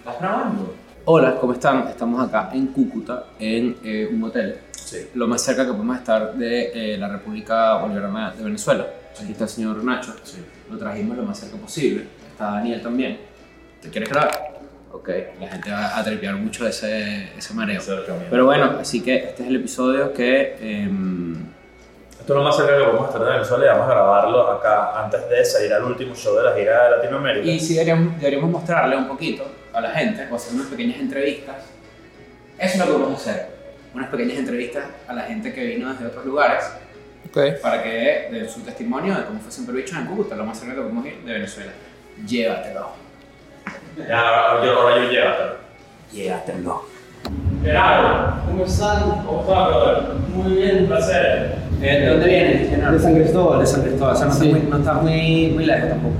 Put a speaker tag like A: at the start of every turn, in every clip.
A: ¿Estás grabando?
B: Hola, ¿cómo están? Estamos acá en Cúcuta, en eh, un hotel,
A: Sí.
B: lo más cerca que podemos estar de eh, la República Bolivariana de Venezuela. Aquí está el señor Nacho,
A: Sí.
B: lo trajimos lo más cerca posible. Está Daniel también. ¿Te quieres grabar? Ok, la gente va a tripear mucho ese, ese mareo. Pero bueno, así que este es el episodio que... em,
A: Esto es lo más cerca que podemos estar de Venezuela y vamos a grabarlo acá antes de salir al último show de la gira de Latinoamérica.
B: Y sí deberíamos, deberíamos mostrarle un poquito a la gente, o hacer unas pequeñas entrevistas. Eso es lo que vamos a hacer. Unas pequeñas entrevistas a la gente que vino desde otros lugares para que den su testimonio de cómo fue siempre bicho en Cúcuta, lo más cerca que podemos ir de Venezuela. Llévatelo.
A: Ya, ahora yo, ahora yo llévatelo.
B: Llévatelo.
A: Gerardo,
C: ¿Cómo están?
A: ¿cómo estás, brother?
C: Muy bien.
A: Un placer.
B: Eh, ¿De dónde vienes, Leonardo?
C: De San Cristóbal.
B: De San Cristóbal, o sea, no
C: Sí.
B: estás muy, no estás muy, muy lejos tampoco.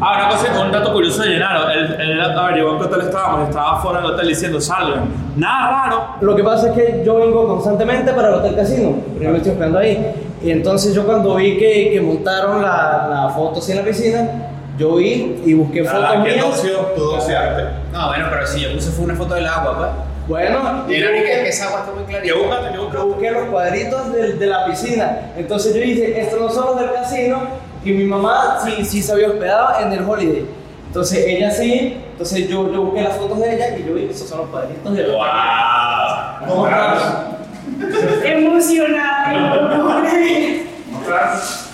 A: Ah, una cosa, un dato curioso de Llenaro. Él, él averiguó en qué hotel estábamos. Estaba fuera del hotel diciendo salgan. Nada raro.
C: Lo que pasa es que yo vengo constantemente para el Hotel Casino, porque me estoy esperando ahí. Y entonces yo cuando vi que, que montaron la, la foto así en la piscina, yo vi y
D: Ah,
C: busqué fotos
A: que
C: mías.
A: tú doceaste.
B: No, bueno, pero si yo puse fue una foto del agua,
C: Bueno,
B: pues.
C: y
B: Era que, que
C: busqué,
B: esa agua está muy
A: ¿Qué
B: clarita.
A: buscaste? ¿Qué
C: yo
A: buscaste?
C: busqué los cuadritos del- de, la piscina. Entonces yo dije, estos no son los del casino. Y mi mamá sí, sí se había hospedado en el Holiday. Entonces ella sí, entonces yo, yo busqué las fotos de ella y yo vi, esos son los cuadritos del
A: ¡Wow!
C: ¿Cómo estás?
E: Emocionado.
A: Mostrarse.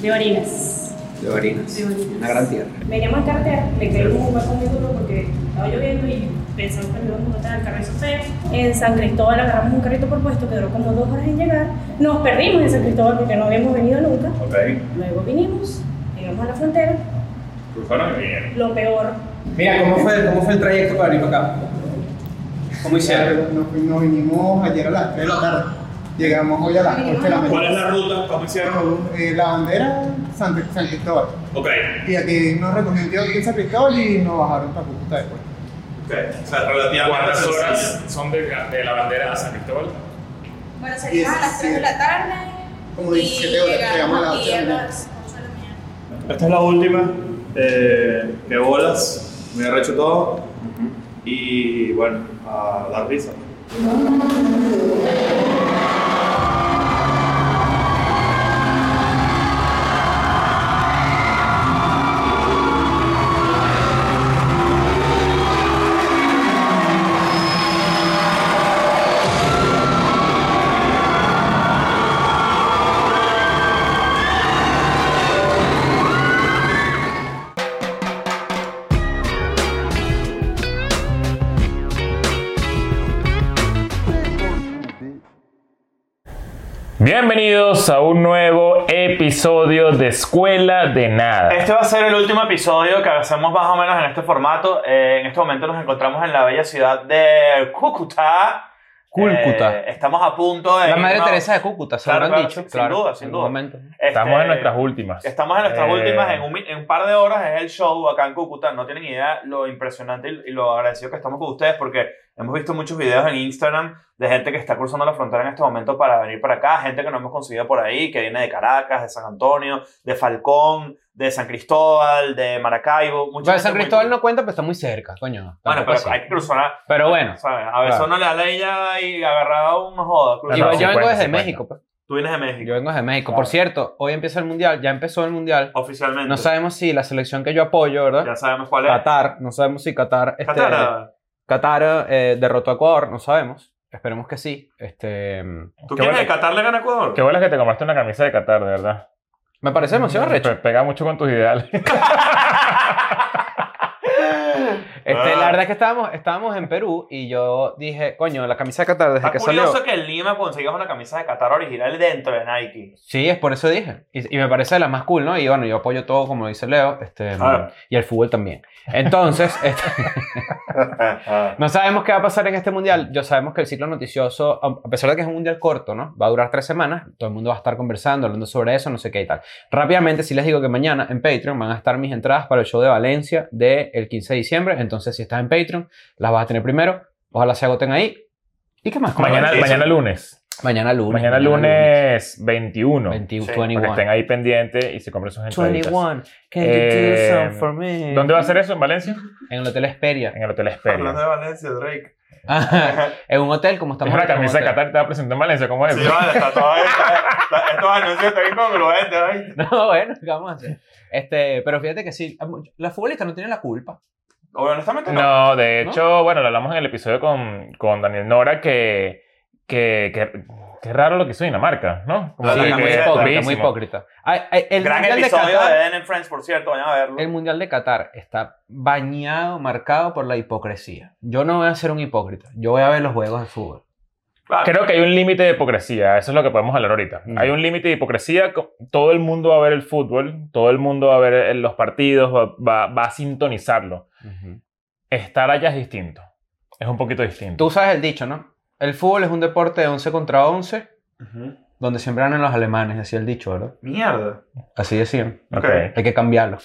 E: De orinas.
B: De orinas.
E: De orinas.
B: Una gran tierra.
E: Veníamos en carretera, me quedé un hueco muy duro porque estaba lloviendo y pensamos que no íbamos a botar el carro hizo feo. En San Cristóbal agarramos un carrito por puesto que duró como dos horas en llegar. Nos perdimos en San Cristóbal porque no habíamos venido nunca.
A: Ok.
E: Luego vinimos, llegamos a la frontera.
A: Cruzaron y vinieron.
E: Lo peor,
B: Mira, ¿cómo fue, cómo fue el trayecto para venir para acá? ¿Cómo hicieron?
F: Nos, nos vinimos ayer a las 3 de la tarde. Llegamos hoy a las 8 de la
A: ¿Cuál es
F: mañana.
A: la ruta? ¿Cómo hicieron?
F: Eh, la bandera, San, San Cristóbal.
A: Ok.
F: Y aquí nos recogió un tío aquí en San Cristóbal y nos bajaron para Cúcuta después.
A: Ok. O sea, relativamente
G: ¿Cuántas
A: sencillo.
G: horas son de, de la bandera a San Cristóbal?
H: Bueno, salimos a las 3 de la tarde.
F: Como 17 horas,
H: y
F: llegamos a las
H: aquí
F: 8 de la
H: a
F: mañana.
H: las 11 de la mañana.
A: Esta es la última. Eh, qué bolas. Me arrecho todo. Y bueno, a dar risa.
G: Bienvenidos a un nuevo episodio de Escuela de Nada.
D: Este va a ser el último episodio que hacemos más o menos en este formato. Eh, en este momento nos encontramos en la bella ciudad de Cúcuta.
I: Cúlcuta.
D: Eh, estamos a punto de.
I: La madre
D: irnos-
I: Teresa de Cúcuta, se
D: Claro,
I: lo han
D: claro,
I: dicho.
D: sin duda, sin
I: en
D: duda.
I: un momento.
D: Este,
G: Estamos en nuestras últimas.
D: Estamos en nuestras
G: Eh,
D: últimas. En un, mi- en un par de horas es el show acá en Cúcuta. No tienen idea lo impresionante y, y lo agradecido que estamos con ustedes porque hemos visto muchos videos en Instagram de gente que está cruzando la frontera en este momento para venir para acá. Gente que no hemos conseguido por ahí, que viene de Caracas, de San Antonio, de Falcón, de San Cristóbal, de Maracaibo. Mucha
I: Bueno,
D: gente
I: San
D: muy-
I: Cristóbal no cuenta, pero está muy cerca, coño.
D: Bueno,
I: Tampoco
D: pero
I: así.
D: hay que cruzar. a-
I: Pero bueno.
D: ¿sabes? A veces
I: Claro.
D: uno le da la ella y agarraba uno joda.
G: No,
I: Y yo
D: cruzaba.
G: no,
I: yo vengo
G: 50,
I: desde
G: 50.
I: México, pues.
D: Tú vienes de México,
I: Yo vengo desde México.
D: Claro.
I: Por cierto, hoy empieza el mundial, ya empezó el mundial.
D: oficialmente.
I: No sabemos si la selección que yo apoyo, ¿verdad?
D: Ya sabemos cuál es.
I: Qatar, no sabemos si Qatar. Este,
D: Catara,
I: Qatar, eh, derrotó a Ecuador, no sabemos. Esperemos que sí. Este, me
D: ¿tú
G: Qué
D: quieres
G: bueno.
D: que Qatar le gana a Ecuador?
G: Qué bueno que te compraste una camisa de Qatar, de verdad.
I: parece demasiado recho.
G: Pe- Pega mucho con tus ideales.
I: Este,
D: Ah.
I: la verdad es que estábamos, estábamos en Perú y yo dije, coño, la camisa de Qatar desde
D: Está
I: que salió.
D: Ah, curioso que en Lima consigas una camisa de Qatar original dentro de Nike.
I: Sí, es por eso dije. Y, y me parece de las más cool, ¿no? Y bueno, yo apoyo todo, como dice Leo, este,
D: Claro.
I: y el fútbol también. Entonces, este, no sabemos qué va a pasar en este mundial. Yo sabemos que el ciclo noticioso, a a pesar de que es un mundial corto, ¿no? Va a durar tres semanas. Todo el mundo va a estar conversando, hablando sobre eso, no sé qué y tal. Rápidamente, sí les digo que mañana en Patreon van a estar mis entradas para el show de Valencia del 15 de diciembre. Entonces, si estás en Patreon, las vas a tener primero. Ojalá se agoten ahí. ¿Y qué más?
G: mañana,
D: Sí, sí.
G: mañana lunes.
I: Mañana lunes.
G: Mañana lunes 21.
I: 21,
D: Sí,
I: sí, 21.
G: Para que estén ahí pendientes y se compren sus entraditas.
I: 21. Can you
G: Eh,
I: do something for me?
G: ¿Dónde va a ser Eh. eso? ¿En Valencia?
I: En el Hotel Esperia.
G: En el Hotel Esperia.
D: Hablando de Valencia, Drake.
I: en un hotel, como
G: Es
I: estamos
G: una
I: ahorita,
G: camisa de
I: un hotel.
G: Qatar, te va a presentar en Valencia, ¿cómo es?
D: Sí, vale, está todo está- Estos anuncios están incongruentes, ¿vale?
I: No, bueno, ¿qué vamos a hacer? Este, pero fíjate que sí, los futbolistas no tienen la culpa.
D: O, Honestamente, no.
G: No, de
I: ¿No?
G: hecho, bueno, lo hablamos en el episodio con, con Daniel Nora que, que, que, que raro lo que hizo Dinamarca, ¿no? Como
D: Sí,
G: que-
I: está muy
G: que-
I: hipócrita, muy
G: durísimo.
I: hipócrita. Ay, ay, el
D: Gran
I: Mundial de
D: episodio
I: Qatar-
D: de Den and Friends, por cierto, vayan a verlo.
I: El Mundial de Qatar está bañado, marcado por la hipocresía. Yo no voy a ser un hipócrita. Yo voy a ver los juegos de fútbol.
D: Claro.
G: Creo que hay un límite de hipocresía, eso es lo que podemos hablar ahorita.
I: Mm.
G: Hay un límite de hipocresía, co- todo el mundo va a ver el fútbol, todo el mundo va a ver eh, los partidos, va, va- va a sintonizarlo. Estar allá es distinto, es un poquito distinto.
I: Tú sabes el dicho, ¿no? El fútbol es un deporte de 11 contra 11,
D: Ujú.
I: donde siempre ganan los alemanes, decía el dicho, ¿verdad?
D: Mierda.
I: Así decían.
G: Ok.
I: Hay que cambiarlo.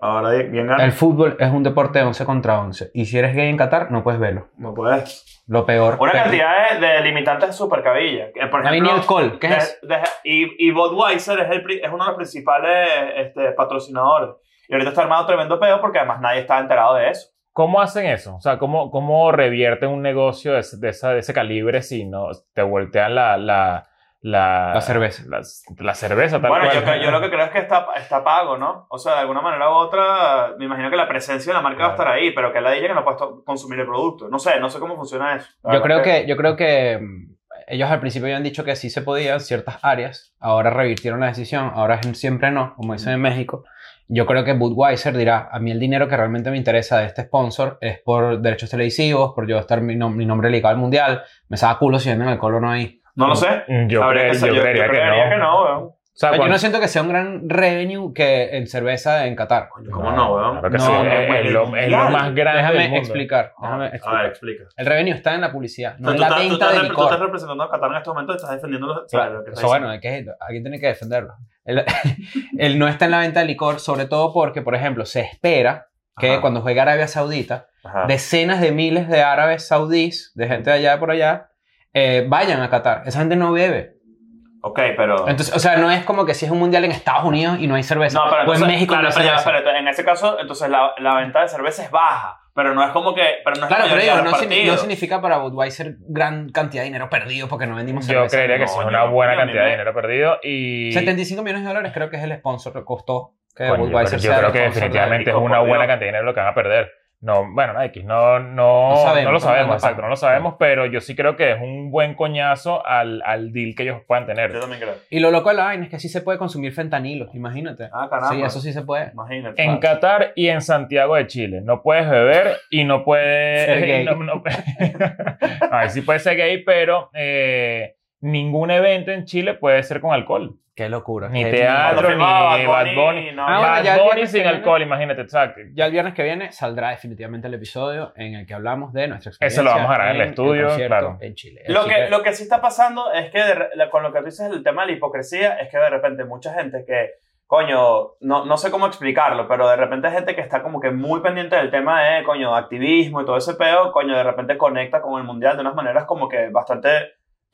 D: Ahora bien
I: El
D: ganado.
I: fútbol es un deporte de 11 contra 11. Y si eres gay en Qatar, no puedes verlo.
D: No puedes.
I: Lo peor.
D: Una
I: pero-
D: cantidad de, de limitantes súper cabilla. Eh, Por
I: No hay ni
D: ejemplo,
I: alcohol. ¿Qué
D: de-
I: es eso?
D: de- y, y Budweiser es, el, pri- es uno de los principales este, patrocinadores. Y ahorita está armado tremendo pedo porque además nadie está enterado de eso.
G: ¿Cómo hacen eso? O sea, ¿cómo, cómo revierten un negocio de, ese- de esa- de ese calibre si no te voltean la... la la,
I: La cerveza.
G: La, la cerveza, tal
D: bueno,
G: cual.
D: yo, yo lo que creo es que está, está pago, ¿no? O sea, de alguna manera u otra, me imagino que la presencia de la marca va a
G: Claro.
D: estar ahí, pero que la diga que no puedes to- consumir el producto. No sé, no sé cómo funciona eso. La
I: Yo
D: verdad
I: creo que, yo creo que mm, ellos al principio habían dicho que sí se podían ciertas áreas, ahora revirtieron la decisión, ahora es un siempre no, como dicen en México. Yo creo que Budweiser dirá, a mí el dinero que realmente me interesa de este sponsor es por derechos televisivos, por yo estar mi, nom- mi nombre ligado al mundial, me saca culo si venden alcohol o no ahí.
D: No lo sé.
G: Mm, Yo,
D: Habría
G: cre-
D: que
G: yo
D: ser- yo- yo
G: creería que no.
D: que no, weón.
G: O sea,
I: O sea, yo
G: cuando-
I: no siento que sea un gran revenue que en cerveza en Qatar.
D: ¿Cómo no, weón?
G: Claro que
I: No,
G: sí,
I: no,
G: es, es lo, es lo
D: claro.
G: más grande del
I: Déjame
G: mundo.
I: explicar, déjame
D: A ver,
I: explicar.
D: explica.
I: El revenue está en la publicidad, no
D: O sea, Ah,
I: en
D: tú
I: la
D: estás- tú
I: venta
D: estás
I: de
D: rep- Tú
I: licor.
D: estás representando a Qatar en este momento, estás defendiendo los. o sea,
I: Claro,
D: lo que
I: eso
D: estás
I: bueno,
D: diciendo.
I: hay que, alguien tiene que defenderlo. Él, él no está en la venta de licor, sobre todo porque, por ejemplo, se espera que
D: Ajá.
I: cuando juegue Arabia Saudita,
D: Ajá.
I: decenas de miles de árabes saudíes, de gente de allá por allá, eh, vayan a Qatar. Esa gente no bebe.
D: Ok, pero.
I: Entonces, o sea, no es como que si es un mundial en Estados Unidos y no hay cerveza.
D: No, pero
I: o en
D: entonces-
I: pues México
D: claro,
I: no hay
D: pero ya,
I: cerveza.
D: pero en ese caso, entonces la, la venta de cerveza es baja, pero no es como que, pero no es
I: Claro,
D: la
I: pero
D: mayoría
I: digo,
D: de
I: no,
D: los
I: signi- no
D: partidos.
I: significa para Budweiser gran cantidad de dinero perdido porque no vendimos cerveza.
G: Yo creería que
D: No,
G: sí, es
D: yo-
G: una buena
D: yo a mí
G: cantidad de
D: me-
G: dinero perdido y...
I: 75 millones de dólares creo que es el sponsor que costó que
G: Coño, yo creo-
I: Budweiser
G: yo
I: sea el
G: creo que
I: sponsor de-
G: definitivamente es
D: Rico,
G: una
D: por
G: buena
D: Dios.
G: cantidad de dinero lo que van a perder. No, bueno, nada, X, no, no,
I: pues, No
G: no,
I: sabemos,
G: lo
I: estamos hablando
G: sabemos,
I: de
G: exacto,
I: pan.
G: no lo sabemos, pero yo sí creo que es un buen coñazo al, al deal que ellos puedan tener.
D: Yo también creo.
I: Y lo loco de la vaina es que sí se puede consumir fentanilo, imagínate.
D: Ah, caramba.
I: Sí, eso sí se puede.
D: Imagínate.
G: En Qatar y en Santiago de Chile. No puedes beber y no puedes.
I: Ser gay.
G: No, no- Ay, sí puedes ser gay, pero eh, ningún evento en Chile puede ser con alcohol.
I: Qué locura.
G: Ni
I: Qué
D: Cuando
G: teatro, ni
D: firmaba
G: Bad Bunny.
D: no,
I: Ah, bueno,
G: Bad
I: ya el
G: Bunny
I: viernes que
G: sin
I: viene.
G: alcohol, imagínate, exacto.
I: mierda. Ya el viernes que viene saldrá definitivamente el episodio en el que hablamos de nuestra experiencia.
G: Eso lo vamos a grabar en el estudio,
I: concierto
G: claro.
I: En Chile.
D: Lo
I: Así
D: que, lo que sí está pasando es que de re- la- con lo que tú dices el tema de la hipocresía es que de repente mucha gente que, coño, no, no sé cómo explicarlo, pero de repente hay gente que está como que muy pendiente del tema de, coño, activismo y todo ese peo, coño, de repente conecta con el mundial de unas maneras como que bastante,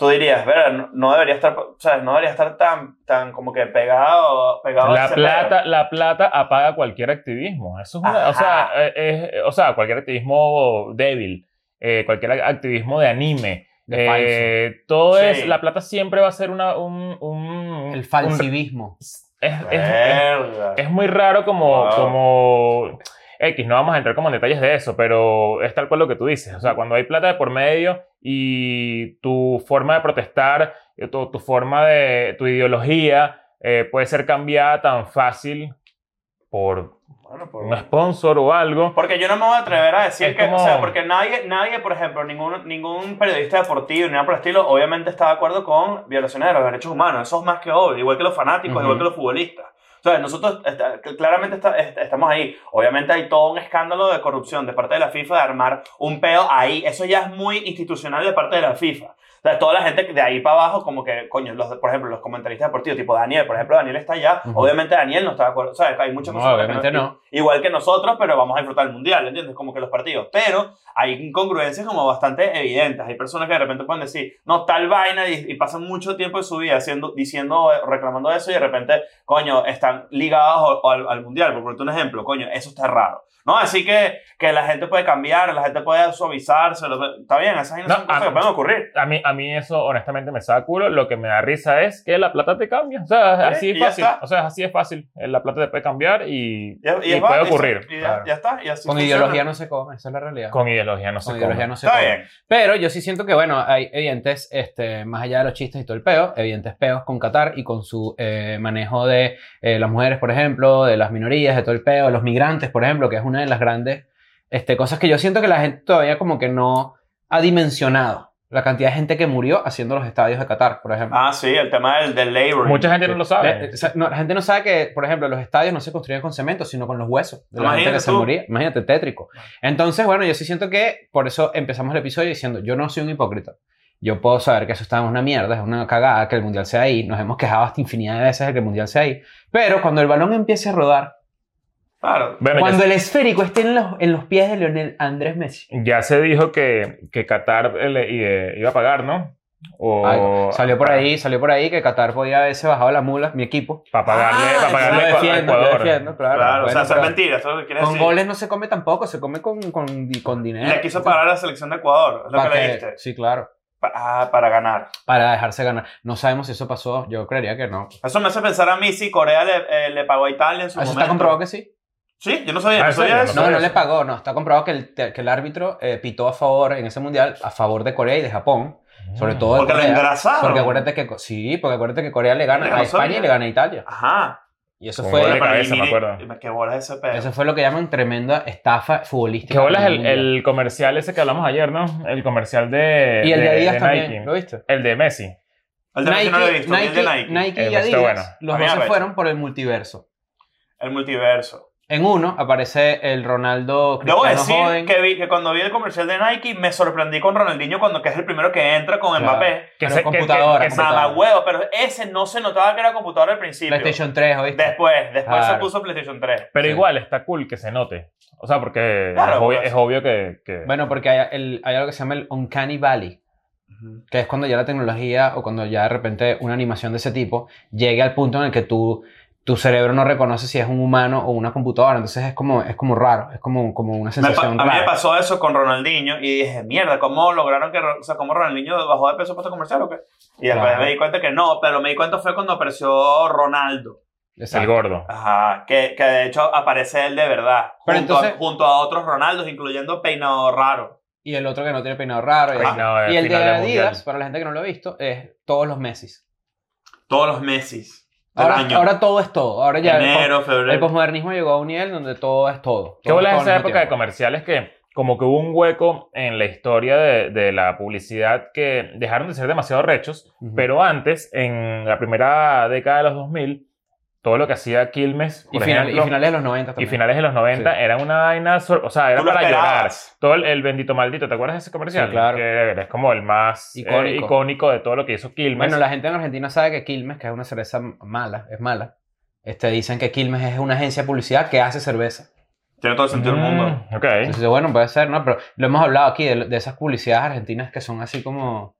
D: tú dirías, ver, no, no debería estar, o sea, no debería estar tan, tan como que pegado, pegado a
G: La
D: ese peo.
G: plata, la plata apaga cualquier activismo. Eso es una- o, sea,
D: Ajá.
G: eh, es- o sea, cualquier activismo débil, eh, cualquier activismo de anime.
I: De
G: eh, todo
D: Sí.
G: es. La plata siempre va a ser una, un, un-
I: El
G: un-
I: falsivismo.
G: es- es-
D: Verga.
G: Es muy raro como,
D: Wow.
G: como X, no vamos a entrar como en detalles de eso, pero es tal cual lo que tú dices. O sea, cuando hay plata de por medio y tu forma de protestar, eh, tu, tu forma de, tu ideología eh, puede ser cambiada tan fácil por
D: Bueno, por-
G: un sponsor o algo.
D: Porque yo no me voy a atrever a decir
G: Es
D: que, o
G: como-
D: sea, porque nadie, nadie, por ejemplo, ningún, ningún periodista deportivo ni nada por el estilo, obviamente está de acuerdo con violaciones de los derechos humanos. Eso es más que obvio, igual que los fanáticos,
I: Ujú.
D: igual que los futbolistas. O sea, nosotros está- claramente está- est- estamos ahí. Obviamente hay todo un escándalo de corrupción de parte de la FIFA de armar un peo ahí. Eso ya es muy institucional de parte de la FIFA. sea, toda la gente que de ahí para abajo, como que, coño, los, por ejemplo, los comentaristas deportivos, tipo Daniel, por ejemplo, Daniel está allá.
I: Ujú.
D: Obviamente Daniel no está de acuerdo, ¿sabes? Hay muchas
I: No,
D: cosas que
I: obviamente no.
D: Igual que nosotros, pero vamos a disfrutar el mundial, ¿entiendes? Como que los partidos. Pero hay incongruencias como bastante evidentes. Hay personas que de repente pueden decir, no, tal vaina, y, y pasan mucho tiempo de su vida haciendo, diciendo, eh, reclamando eso, y de repente, coño, están ligados o- o al, al mundial. Por ponerte un ejemplo, coño, eso está raro. ¿No? Así que, que la gente puede cambiar, la gente puede suavizarse. lo- Está bien, esas vainas
G: No,
D: son cosas
G: a-
D: que pueden ocurrir.
G: A mí, a mí eso honestamente me saca culo. Lo que me da risa es que la plata te cambia. O sea,
D: Sí,
G: así
D: y
G: es
D: ya
G: fácil.
D: está.
G: O sea, así es fácil. Eh, La plata te puede cambiar
D: Y,
G: y,
D: y
G: y
D: es
G: puede
D: válido, y-
G: ocurrir.
D: y ya,
G: Claro.
D: ya está. Y así
I: Con
D: funciona.
I: ideología no se come, esa es la realidad.
G: Con ideología no se
I: Con ideología
G: come.
I: no se
D: Está
I: come.
D: bien.
I: Pero yo sí siento que, bueno, hay evidentes, este, más allá de los chistes y todo el peo, evidentes peos con Qatar y con su eh, manejo de eh, las mujeres, por ejemplo, de las minorías, de todo el peo, los migrantes, por ejemplo, que es una de las grandes este, cosas que yo siento que la gente todavía como que no ha dimensionado la cantidad de gente que murió haciendo los estadios de Qatar, por ejemplo.
D: Ah, sí, el tema del, del labor.
G: Mucha gente no lo
I: Eh,
G: sabe.
I: eh, sa- no, la gente no sabe que, por ejemplo, los estadios no se construían con cemento, sino con los huesos de la gente
D: Imagínate
I: que se
D: tú.
I: moría. Imagínate, tétrico. Entonces, bueno, yo sí siento que por eso empezamos el episodio diciendo, yo no soy un hipócrita. Yo puedo saber que eso está en una mierda, es una cagada que el Mundial sea ahí. Nos hemos quejado hasta infinidad de veces de que el Mundial sea ahí. Pero cuando el balón empiece a rodar,
D: Claro.
G: Bueno, ya
I: cuando el esférico esté en los, en los pies de Leonel Andrés Messi.
G: Ya se dijo que, que Qatar eh, le- y, eh, iba a pagar, ¿no? O
I: Algo. Salió por ahí, salió por ahí que Qatar podía haberse bajado la mula, mi equipo.
G: Para pagarle,
D: Ah,
G: para pagarle a
I: Yo lo defiendo, yo lo
G: Ecuador.
I: defiendo, claro.
D: Claro, o sea,
I: Bueno,
D: eso es
I: pero-
D: mentira, eso es lo que quiere
I: Con
D: decir.
I: goles no se come tampoco, se come con, con, con dinero.
D: Le quiso parar a la selección de Ecuador, es lo que
I: Para
D: le
I: que-
D: dijiste.
I: sí, claro.
D: Pa- ah, para ganar.
I: Para dejarse ganar. No sabemos si eso pasó. Yo creería que no.
D: Eso me hace pensar a mí si Corea le, eh, le pagó a Italia en su
I: ¿Eso
D: momento.
I: está comprobado que sí?
D: Sí, yo no sabía,
G: Ah,
D: no
G: ¿en
D: sabía
G: serio?
D: eso.
I: No,
G: sabía
I: no le
G: eso.
I: pagó. No, está comprobado que el, que el árbitro eh, pitó a favor en ese mundial, a favor de Corea y de Japón. Sobre
G: Mm.
I: todo de
D: Porque le
I: Corea.
D: engrasaron.
I: Porque acuérdate que, co- sí, porque acuérdate que Corea le gana
D: Mira,
I: a
D: no
I: España
D: sabía.
I: y le gana a Italia.
D: Ajá.
I: Y eso
G: Con
I: fue,
G: gol de cabeza,
D: elimine-
G: me acuerdo.
D: Qué bola ese pedo.
I: eso fue lo que llaman tremenda estafa futbolística.
G: Que bolas
I: en
G: el,
I: mundial.
G: el comercial ese que hablamos ayer, ¿no? El comercial de.
I: y el de Adidas
G: de
I: también.
G: Nike.
I: ¿Lo viste?
G: El de Messi.
D: El de Nike, no lo he visto, vi el de Nike.
I: Nike
G: Eh,
I: y
G: está
I: Adidas.
G: bueno.
I: Los
D: A mí
I: dos
D: me
I: se
D: parece.
I: fueron por el multiverso.
D: El multiverso.
I: En uno aparece el Ronaldo
D: Debo
I: Cristiano
D: decir
I: joven.
D: que, vi, que cuando vi el comercial de Nike me sorprendí con Ronaldinho cuando que es el primero que entra con
I: Claro.
D: Mbappé.
G: Que
I: Pero
G: se- que-
I: computadora,
G: que- que se-
I: computadora.
D: Mamá huevo, pero ese no se notaba que era computadora al principio.
I: PlayStation 3, ¿oíste?
D: Después, después se
I: Claro.
D: puso PlayStation 3.
G: pero
I: Sí.
G: igual está cool que se note. O sea, porque
D: Claro,
G: es, obvio,
D: pues.
G: es obvio que. que-
I: Bueno, porque hay, el- hay algo que se llama el Uncanny Valley, que es cuando ya la tecnología o cuando ya de repente una animación de ese tipo llegue al punto en el que tú, tu cerebro no reconoce si es un humano o una computadora. Entonces es como, es como raro, es como, como
D: Me
I: una
D: pa-
I: sensación
D: a mí me
I: rara.
D: pasó eso con Ronaldinho y dije, mierda, ¿cómo lograron que, Ro- o sea, cómo Ronaldinho bajó de peso puesto comercial o qué? Y después
I: Claro.
D: me di cuenta que no, pero me di cuenta fue cuando apareció Ronaldo.
I: Exacto.
G: el gordo.
D: Ajá, que, que de hecho aparece él de verdad.
I: Pero
D: junto, a-
I: entonces-
D: junto a otros Ronaldos, incluyendo Peinado Raro.
I: Y el otro que no tiene peinado raro.
D: Ah,
I: y-
G: Peinado de
I: Ah, y el de
G: final del
I: Adidas,
G: Mundial.
I: para la gente que no lo ha visto, es todos los meses.
D: Todos los meses del
I: Ahora,
D: año.
I: ahora todo es todo. Ahora ya el pos-
D: enero,
I: el
D: febrero.
I: posmodernismo llegó a un nivel donde todo es todo.
G: ¿Qué bolas esa época de comerciales que como que hubo un hueco en la historia de, de la publicidad que dejaron de ser demasiado rechos,
I: comercial?
G: pero antes, en la primera década de los 2000, todo lo que hacía Quilmes,
I: Y,
G: por
I: final-
G: ejemplo,
I: y finales de los 90
G: y
I: también.
G: finales de los 90,
I: Sí.
G: era una vaina, sor- o sea, era
D: Tú lo
G: para llorar.
D: esperabas.
G: Todo el, el bendito maldito, ¿te acuerdas de ese comercial?
I: Sí, claro.
G: Que es como el más eh,
I: Icónico.
G: icónico de todo lo que hizo Quilmes.
I: Bueno, la gente en Argentina sabe que Quilmes, que es una cerveza mala, es mala. Este, dicen que Quilmes es una agencia de publicidad que hace cerveza.
D: Tiene todo el sentido del mundo.
G: Mm, ok.
I: Entonces, bueno, puede ser, ¿no? Pero lo hemos hablado aquí de, de esas publicidades argentinas que son así como...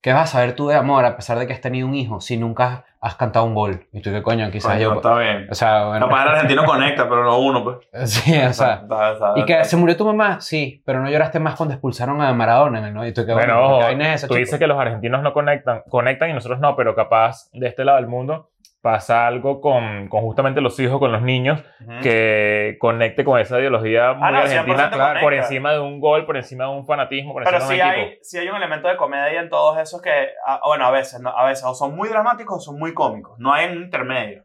I: ¿Qué vas a saber tú de amor a pesar de que has tenido un hijo si nunca has, has cantado un gol? Y tú, ¿qué coño? Quizás
D: Coño,
I: yo...
D: está bien.
I: O sea, bueno...
D: Capaz el argentino conecta, pero no uno, pues.
I: sí, o sea...
D: Está- está-
I: ¿Y que
D: está-
I: se murió tu mamá? Sí, pero no lloraste más cuando expulsaron a Maradona en el 90. Y tú, ¿qué
G: Bueno,
I: coño? ¿Qué
G: ojo,
I: vaina es esa,
G: tú
I: chico?
G: dices que los argentinos no conectan, conectan y nosotros no, pero capaz de este lado del mundo pasa algo con, con justamente los hijos, con los niños,
D: Ujú.
G: que conecte con esa ideología muy
D: Ah, no, 100%
G: argentina,
D: conecta.
G: por encima de un gol, por encima de un fanatismo, por
D: Pero
G: encima
D: sí
G: de un equipo.
D: hay, sí hay un elemento de comedia en todos esos que, ah, bueno, a veces, ¿no? a veces o son muy dramáticos o son muy cómicos. No hay un intermedio.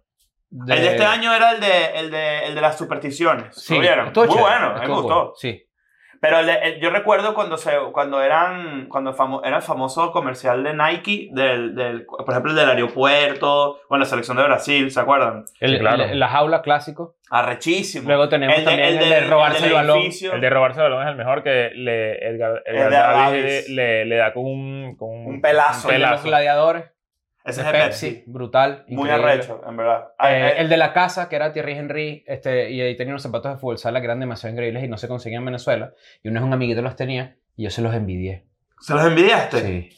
I: De-
D: El de este año era el de, el de, el de las supersticiones. ¿Lo vieron?
I: estuvo
D: muy
I: chévere,
D: bueno, me
I: estuvo
D: gustó.
I: cool, Sí.
D: Pero el de- el- yo recuerdo cuando, se, cuando, eran, cuando famo- era el famoso comercial de Nike, del, del- por ejemplo, el del aeropuerto, o en la selección de Brasil, ¿se acuerdan?
I: El,
G: Sí, claro.
I: el- la jaula clásico.
D: Arrechísimo.
I: Luego tenemos
D: de-
I: también el de
D: del-
I: robarse
D: del
I: el balón.
D: edificio.
G: El de robarse el balón es el mejor que le, Edgar, Edgar
D: El de
G: Davis
D: Davis.
G: le, le da con un, con
D: Un pelazo.
G: un
I: El de los gladiadores.
D: Ese
I: de
D: es el Pepsi.
I: Brutal.
D: Muy
I: increíble.
D: arrecho, en verdad. Ay,
I: Eh,
D: ay,
I: el de la casa, que era Thierry Henry, este, y ahí tenía unos zapatos de fútbol sala que eran demasiado increíbles y no se conseguían en Venezuela. Y uno es un amiguito los tenía y yo se los envidié.
D: ¿Se los envidiaste?
I: Sí.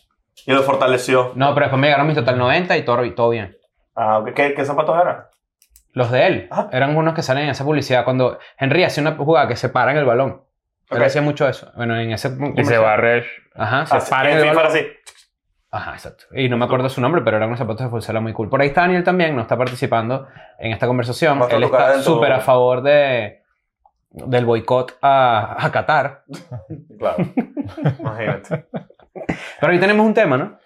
D: Y lo fortaleció.
I: No, pero después me llegaron mis total 90 y todo, y todo bien.
D: Ah, ok. ¿qué, qué zapatos eran?
I: Los de él
D: Ajá.
I: eran unos que salen en esa publicidad cuando Henry hacía una jugada que se para en el balón. Él
D: Ok.
I: hacía mucho eso. Bueno, en ese.
G: Y se barre.
I: Ajá, se
D: Así-
I: para en
D: Ah, en
I: el
D: FIFA
I: balón.
D: era así.
I: Ajá, exacto. Y no me acuerdo su nombre, pero eran unos zapatos de Fulsala muy cool. Por ahí está Daniel también, no está participando en esta conversación.
D: Vas a
I: Él
D: tocar
I: está
D: dentro.
I: súper a favor de, del boicot a, a Qatar.
D: Claro. Imagínate.
I: Pero ahí tenemos un tema, ¿no?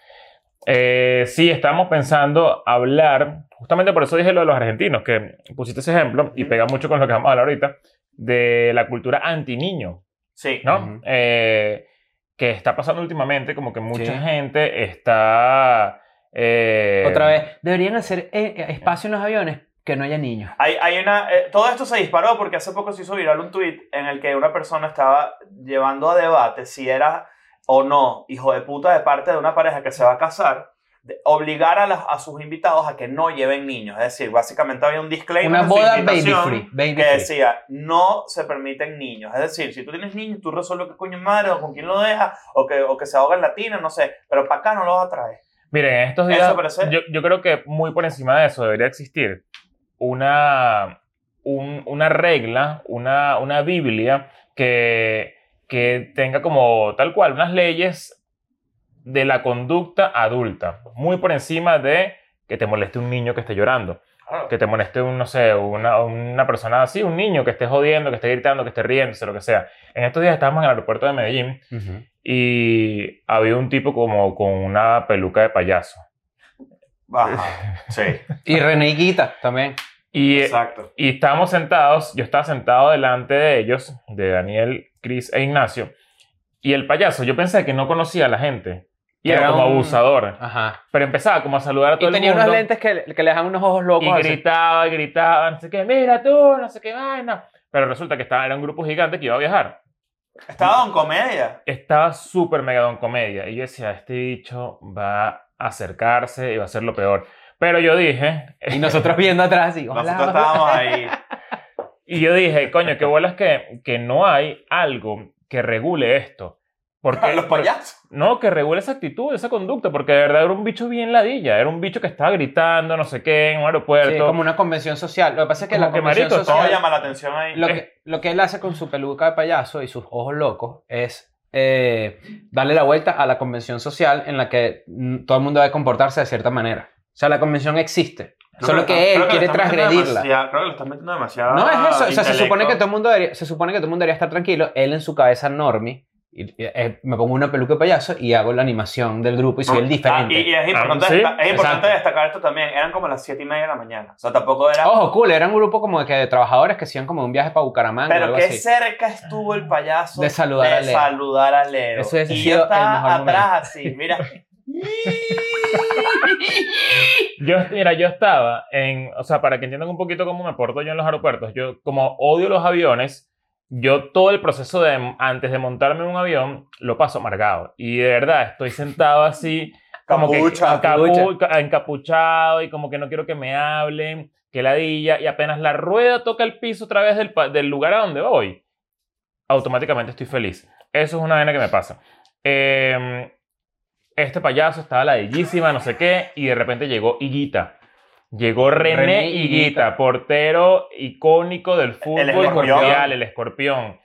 G: Eh, sí, estábamos pensando hablar, justamente por eso dije lo de los argentinos, que pusiste ese ejemplo y pega mucho con lo que vamos a hablar ahorita, de la cultura anti-niño,
D: Sí.
G: ¿no?
I: Ujú.
G: Eh, que está pasando últimamente, como que mucha
I: Sí.
G: gente está... eh,
I: Otra vez, deberían hacer eh, eh, espacio en los aviones que no haya niños.
D: Hay, hay una, eh, todo esto se disparó porque hace poco se hizo viral un tweet en el que una persona estaba llevando a debate si era o no hijo de puta de parte de una pareja que se va a casar, de obligar a, las- a sus invitados a que no lleven niños. Es decir, básicamente había un disclaimer.
I: Una
D: en su
I: boda baby
D: invitación
I: free. Baby
D: que
I: free.
D: decía, no se permiten niños. Es decir, si tú tienes niños, tú resuelves qué coño es madre o con quién lo dejas o que, o que se ahoga en la tina, no sé. Pero para acá no lo vas a traer.
G: Miren, en estos días,
D: Eso parece-
G: yo, yo creo que muy por encima de eso debería existir una, un- una regla, una, una Biblia que, que tenga como tal cual unas leyes de la conducta adulta, muy por encima de que te moleste un niño que esté llorando, que te moleste un, no sé, una, una persona así, un niño que esté jodiendo, que esté gritando, que esté riéndose, lo que sea. En estos días estábamos en el aeropuerto de Medellín
I: Ujú.
G: y había un tipo como con una peluca de payaso.
D: Ajá. Sí,
I: Y Reneguita también.
G: Y,
D: exacto.
G: y estábamos sentados, yo estaba sentado delante de ellos, de Daniel, Chris e Ignacio, y el payaso, yo pensé que no conocía a la gente, y era,
I: Era
G: como
I: un-
G: abusador,
I: Ajá.
G: pero empezaba como a saludar a todo
I: Y
G: el
I: tenía
G: mundo.
I: unas lentes que, que le dejan unos ojos locos.
G: y
I: así.
G: gritaba, y gritaba, no sé qué, mira tú, no sé qué vaina. Pero resulta que estaba, era un grupo gigante que iba a viajar.
D: Estaba en comedia.
G: estaba súper mega don comedia. Y yo decía, este bicho va a acercarse y va a ser lo peor. Pero yo dije,
I: Y nosotros viendo atrás y ojalá.
D: Nosotros estábamos ahí.
G: y yo dije, coño, qué bolas que, que no hay algo que regule esto. Porque, pues,
D: Los payasos.
G: no, que regule esa actitud, esa conducta, porque de verdad era un bicho bien ladilla, era un bicho que estaba gritando, no sé qué, en un aeropuerto.
I: Sí, como una convención social. Lo que pasa es que
G: Como
I: la
G: que,
I: convención
G: marico,
D: Todo
I: social.
D: llama la atención ahí.
I: lo, que, lo que él hace con su peluca de payaso y sus ojos locos es eh, darle la vuelta a la convención social en la que mm, todo el mundo debe comportarse de cierta manera. O sea, la convención existe.
D: Creo
I: solo
D: lo
I: que
D: están-
I: él
D: creo le
I: quiere
D: están metiendo
I: transgredirla.
D: demasiado- Creo que lo están metiendo demasiado.
I: No es eso. O sea, se
D: intelecto.
I: supone, que todo el mundo debería, se supone que todo el mundo debería estar tranquilo. Él en su cabeza normie. y- y- eh, me pongo una peluca de payaso y hago la animación del grupo y soy el
D: Ah, y,
I: diferente.
D: y es importante,
G: sí,
D: destaca- es importante
I: exacto.
D: destacar esto también. Eran como las 7 y media de la mañana. O sea, tampoco era.
I: Ojo, cool. Era un grupo como de, que de trabajadores que hacían como un viaje para Bucaramanga o
D: pero
I: algo
D: qué
I: así.
D: cerca estuvo el payaso
I: De saludar
D: de
I: a Leo.
D: saludar a Leo.
I: Eso hubiese
D: y
I: sido
D: yo
I: el
D: estaba
I: mejor
D: atrás así, mira.
G: Yo, mira, yo estaba en, o sea, para que entiendan un poquito cómo me porto yo en los aeropuertos, yo como odio los aviones, yo todo el proceso de antes de montarme en un avión lo paso amargado. Y de verdad, estoy sentado así, como
D: Capucha,
G: que encapu- encapuchado y como que no quiero que me hablen, que ladilla, y apenas la rueda toca el piso otra vez del, pa- del lugar a donde voy, automáticamente estoy feliz. Eso es una vaina que me pasa. Eh, este payaso estaba ladillísima, no sé qué, y de repente llegó Higuita. Llegó René,
I: René
G: Higuita,
I: Higuita.
G: portero icónico del fútbol
D: escorpión.
G: mundial, el escorpión.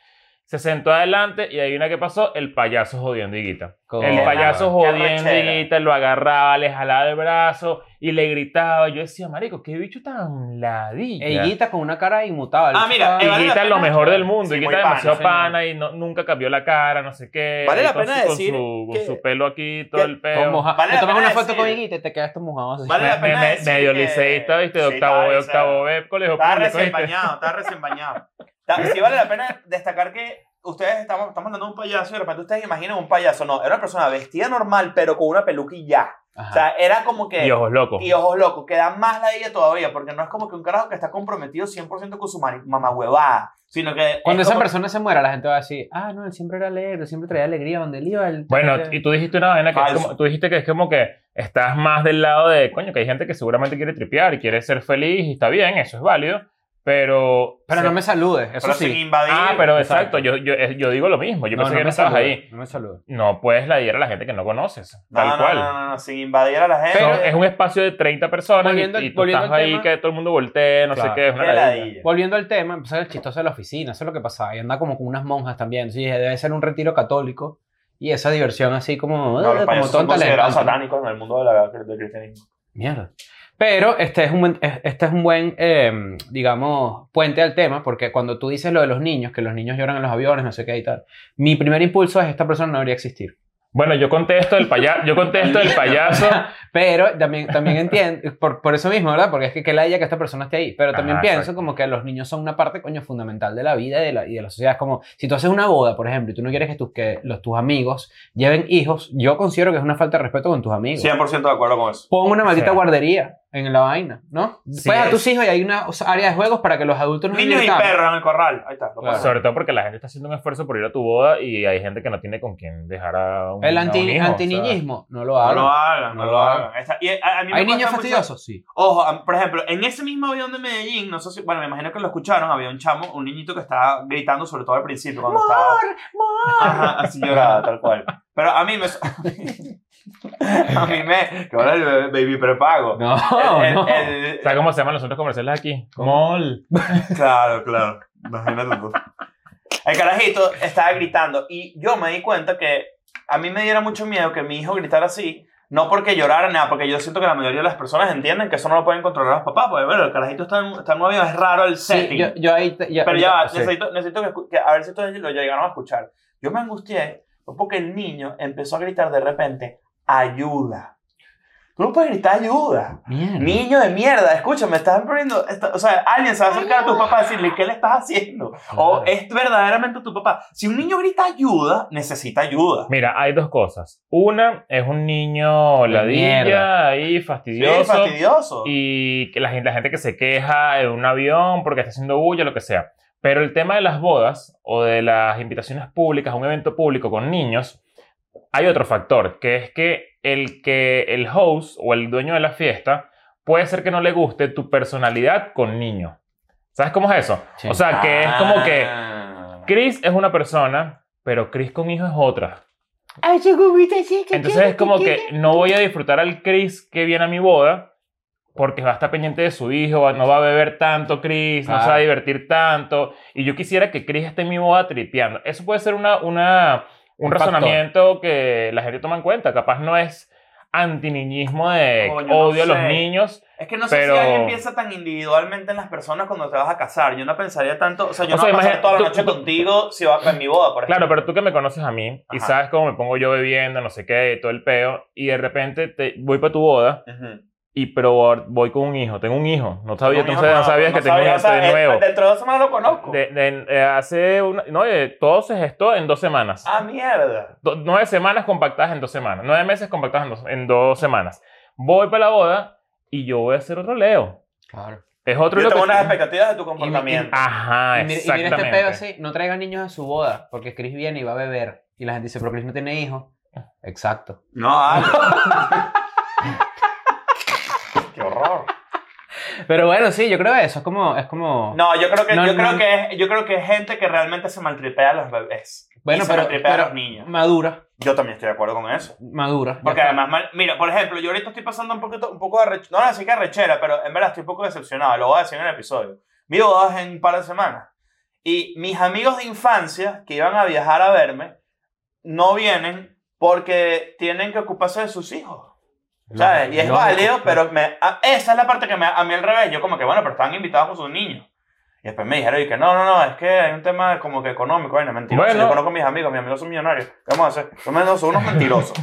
G: Se sentó adelante y adivina qué pasó, el payaso jodiendo a Higuita.
I: Coño.
G: El payaso
D: Oh, Qué
G: jodiendo a
D: arrechera.
G: Higuita, lo agarraba, le jalaba el brazo y le gritaba. Yo decía, marico, qué bicho tan ladilla.
I: Higuita con una cara inmutable.
D: Ah, mira, eh, vale la
G: Higuita es lo
D: pena-
G: mejor del mundo,
D: Sí,
G: Higuita
D: muy
G: es
D: pana,
G: demasiado
D: sí.
G: pana y no- nunca cambió la cara, no sé qué.
D: Vale
G: Ahí
D: la
G: con
D: pena
G: su- con
D: decir
G: su, con
D: que-
G: su pelo aquí, todo
D: que-
G: el pelo.
D: Vale
I: Te
D: la
I: tomas
D: pena
I: una foto
D: decir-
I: con Higuita y te quedadas mojado así.
D: Vale la pena decir
G: medio
D: que-
G: liceísta, viste, de
D: Sí,
G: octavo
D: estaba
G: B,
D: liceísta.
G: octavo B, colegio
D: Estaba
G: público,
D: recién
G: ¿viste?
D: bañado, estaba recién bañado. Ta- Sí vale la pena destacar que ustedes estamos, estamos hablando de un payaso y de repente ustedes imaginan un payaso. No, era una persona vestida normal, pero con una peluquilla. O sea, era como que.
G: Y ojos locos.
D: Y ojos locos, que da más la idea todavía, porque no es como que un carajo que está comprometido 100% con su mari- mamahuevada, sino que... es
I: Cuando esa
D: como-
I: persona se muera, la gente va a decir, ah, no, él siempre era alegre, siempre traía alegría donde él iba. él-
G: Bueno, y tú dijiste una vaina que es
D: Falso.
G: como- tú dijiste que es como que estás más del lado de, coño, que hay gente que seguramente quiere tripear y quiere ser feliz y está bien, eso es válido, pero...
I: Pero no me saludes, eso
D: pero sin
I: sí.
D: invadir.
G: Ah, pero exacto,
I: Exacto.
G: yo, yo, eh, yo digo lo mismo, yo
I: no,
G: pensé
I: no
G: que no
I: me
G: estabas
I: saludes,
G: ahí.
I: No me saludes.
G: No puedes ladiar a la gente que no conoces,
D: No,
G: tal
D: no,
G: cual.
D: No, no, no, sin invadir a la gente.
G: Son- es un espacio de 30 personas y-
I: Volviendo-
G: y, tú
I: volviendo
G: estás
I: al
G: ahí
I: tema-
G: que todo el mundo voltee, no
I: Claro.
G: sé qué, es
D: Qué
G: una ladilla.
D: ladilla.
I: Volviendo al tema, empezó el chistoso de la oficina, eso es lo que pasaba. Y anda como con unas monjas también. Sí, debe ser un retiro católico. Y esa diversión así
D: No,
I: como,
D: los
I: eh, como
D: payasos son
I: tonta le
D: considerados
I: encanta, ¿no?
D: satánicos en el mundo de la- del cristianismo.
I: Mierda. Pero este es un buen, es- este es un buen eh, digamos, puente al tema, porque cuando tú dices lo de los niños, que los niños lloran en los aviones, no sé qué y tal, mi primer impulso es esta persona no debería existir.
G: Bueno, yo contesto el payaso, yo contesto el payaso.
I: Pero también, también entiendo, por, por eso mismo, ¿verdad? Porque es que, que la idea que esta persona esté ahí. Pero también
G: Ajá,
I: pienso
G: exacto. como
I: como que los niños son una parte, coño, fundamental de la vida y de la, y de la sociedad. Es como, si tú haces una boda, por ejemplo, y tú no quieres que, tus, que los, tus amigos lleven hijos, yo considero que es una falta de respeto con tus amigos.
D: 100% de acuerdo con eso.
I: Pon una maldita
G: Sí.
I: guardería en la vaina, ¿no?
G: Sí,
I: Pues a
G: es.
I: tus hijos y hay una o sea, área de juegos para que los adultos no
D: Niños y
I: divirtamos.
D: perros en el corral. Ahí está. lo
I: Claro.
D: pasamos.
G: Sobre todo porque la gente está haciendo un esfuerzo por ir a tu boda y hay gente que no tiene con quién dejar a un
I: El
G: a un
I: anti,
G: hijo, o sea.
I: antiniñismo, no lo
D: No
I: hablo.
D: lo hagan, no
I: No
D: lo
I: lo
D: hagan. Esa- y a- a mí me
I: ¿Hay
D: cuesta
I: niños
D: mucho-
I: fastidiosos? Sí.
D: Ojo, a- por ejemplo, en ese mismo avión de Medellín, no sé si, bueno, me imagino que lo escucharon, había un chamo, un niñito que estaba gritando, sobre todo al principio, cuando estaba... Ajá, así lloraba, tal cual. Pero a mí me... a mí me... Que ahora el baby prepago.
I: No,
D: El- el-
I: no.
D: el-
G: ¿Sabes cómo se llaman los centros comerciales aquí? Mall.
D: Claro, claro. Imagínate tú. El carajito estaba gritando y yo me di cuenta que a mí me diera mucho miedo que mi hijo gritara así, no porque llorara nada, porque yo siento que la mayoría de las personas entienden que eso no lo pueden controlar los papás, porque bueno, el carajito está en, está en un avión, es raro el
I: Sí,
D: setting.
I: yo, yo ahí... te- ya-
D: Pero ya, va,
I: sí.
D: necesito, necesito que, escu- que a ver si ustedes lo llegaron a escuchar. Yo me angustié porque el niño empezó a gritar de repente, ayuda. Tú no puedes gritar ayuda.
I: Mierda.
D: Niño de mierda, escúchame, estás poniendo. esta- o sea, alguien se va a acercar a tu papá a decirle, ¿qué le estás haciendo? O
I: Claro.
D: es verdaderamente tu papá. Si un niño grita ayuda, necesita ayuda.
G: Mira, hay dos cosas. Una es un niño
I: De
G: ladilla
I: mierda.
G: ahí,
D: Sí, es
G: fastidioso.
D: fastidioso.
G: y que la gente, la gente que se queja en un avión porque está haciendo bulla, lo que sea. Pero el tema de las bodas o de las invitaciones públicas a un evento público con niños, hay otro factor, que es que el que el host o el dueño de la fiesta puede ser que no le guste tu personalidad con niño. ¿Sabes cómo es eso?
I: Sí.
G: O sea, que es como que
D: Ah.
G: Chris es una persona, pero Chris con hijo es otra.
I: Ay, yo gubita, sí, que
G: Entonces
I: quiero,
G: es como que
I: quiero.
G: no voy a disfrutar al Chris que viene a mi boda porque va a estar pendiente de su hijo, va- no va a beber tanto Chris, no se va a
D: Ah.
I: Claro.
G: divertir tanto. Y yo quisiera que Chris esté en mi boda tripeando. Eso puede ser una, una, un,
I: Un factor.
G: razonamiento que la gente toma en cuenta. Capaz no es antiniñismo de
D: Coño, no
G: odio a
D: sé.
G: los niños.
D: Es que no sé
G: Pero-
D: si alguien piensa tan individualmente en las personas cuando te vas a casar. Yo no pensaría tanto. O sea, yo
G: O
D: no
G: sea,
D: voy a pasar
G: imagina-
D: toda la
G: tú-
D: noche
G: tú-
D: contigo si vas en mi boda, por ejemplo.
G: Claro, pero tú que me conoces a mí y
D: Ajá.
G: sabes cómo me pongo yo bebiendo, no sé qué, y todo el peo, y de repente te, voy para tu boda
D: Ujú.
G: y pero voy con un hijo, tengo un hijo, no sabía,
D: Tengo un hijo
G: entonces no
D: nuevo,
G: sabías
D: no
G: que tengo un
D: sabía,
G: hijo
D: o sea,
G: de
D: eh,
G: nuevo.
D: Dentro de dos semanas lo conozco.
G: De- de- eh, hace una- no, eh, todo se gestó en dos semanas.
D: Ah, mierda.
G: Do- nueve semanas compactadas en dos semanas. Nueve meses compactadas en dos, en dos semanas. Voy para la boda y yo voy a hacer otro leo.
I: Claro.
G: Es otro
D: Yo
G: leo.
D: tengo
G: que-
D: unas expectativas de tu comportamiento.
G: Ajá,
I: Y mira, y mira
G: Ah, exactamente.
I: este pedo así, no traigan niños a su boda, porque Chris viene y va a beber. Y la gente dice, pero Chris no tiene hijos. Exacto.
D: No, Ale. Qué horror.
I: Pero bueno, sí, yo creo que eso es como... Es como
D: No, yo creo que,
I: No,
D: yo
I: no.
D: creo que es, yo creo que es gente que realmente se maltripea a los bebés.
I: bueno,
D: y se
I: pero,
D: maltripea a
I: pero
D: los niños.
I: madura,
D: Yo también estoy de acuerdo con eso.
I: madura. ya
D: Porque
I: está.
D: además, mal- mira, por ejemplo, yo ahorita estoy pasando un poquito, un poco de arrech- no así que arrechera, pero en verdad estoy un poco decepcionado, lo voy a decir en el episodio. Mi boda es en un par de semanas. Y mis amigos de infancia que iban a viajar a verme, no vienen porque tienen que ocuparse de sus hijos. ¿Sabes? Y es
I: No,
D: válido, ah,
I: no.
D: pero me- a- esa es la parte que me, a mí al revés. Yo como que, bueno, pero estaban invitados con sus niños. Y después me dijeron y que no, no, no, es que hay un tema como que económico, bueno, mentira.
G: Bueno.
D: Yo conozco a mis amigos, mis amigos son millonarios. ¿Qué vamos a hacer? Son, menos- son unos mentirosos.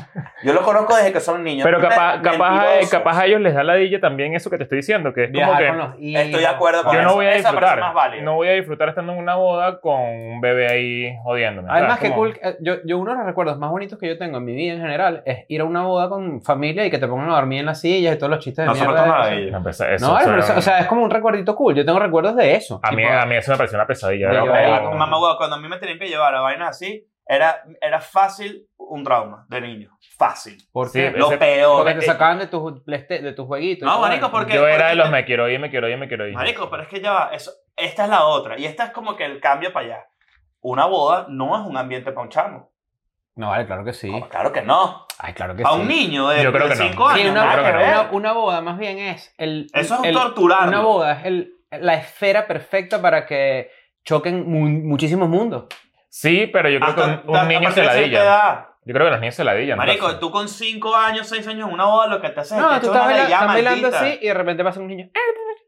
D: Yo los conozco desde que son niños.
G: Pero
D: Me-
G: capaz, capaz, a-
D: mentirosos.
G: capaz a ellos les da la dilla también eso que te estoy diciendo, que es como que
D: Estoy de acuerdo con
G: yo no
D: eso.
G: voy a
D: Esa parece más
G: disfrutar.
D: válida.
G: No voy a disfrutar estando en una boda con un bebé ahí jodiéndome.
I: Además,
G: ¿sabes?
I: que
G: Como-
I: cool. eh, Yo, yo uno de los recuerdos más bonitos que yo tengo en mi vida en general es ir a una boda con familia y que te pongan a dormir en las sillas y todos los chistes de
D: No, eso no
I: mierda.
D: está nada
I: de-
D: de ellos.
G: No, pues, eso,
I: No,
G: eso
I: pero
G: era
I: eso-
G: un-
I: o sea, es como un recuerdito cool. Yo tengo recuerdos de eso.
G: a, mí,
I: Tipo,
G: a mí eso me pareció una pesadilla.
I: de
G: era
I: llevar
G: como-
I: a-
D: Eh, Mamá, huevo, cuando a mí me tenían que llevar a vainas así, era, era fácil un trauma de niño. Fácil.
I: ¿Por
G: Sí,
I: qué?
G: ese-
D: Lo peor.
I: Porque te sacaban de tus playste- de tus jueguitos. y
D: No,
I: todo,
D: marico,
I: ¿no?
D: porque.
G: yo era de
D: porque-
G: los me quiero ir, me quiero ir, me quiero ir.
D: Marico, pero es que ya va, eso, esta es la otra. Y esta es como que el cambio para allá. Una boda no es un ambiente para un chamo.
I: No, vale, claro que sí.
D: No, claro que no.
I: Ay, claro que
D: Para
I: sí.
D: un niño de
G: Yo creo que no.
D: 5 años.
I: Sí, una,
D: nada que
G: creo que
D: ver.
I: una- una boda más bien es el...
D: Eso es
I: el-
D: torturarlo.
I: Una boda es el- la esfera perfecta para que choquen mu- muchísimos mundos.
G: Sí, pero yo creo que
D: Hasta-
G: un, un
D: hasta- a
G: niño
D: partir
G: se
D: de
G: la
D: cierta
G: dilla.
D: edad.
G: Yo creo que los niños se la dillan.
D: Marico,
G: ¿no?
D: tú con 5 años, 6 años en una boda, lo que te haces es que
I: No, tú
D: echas
I: estás,
D: una
I: baila-
D: leyá
I: estás bailando
D: maldita.
I: así y de repente pasa un niño.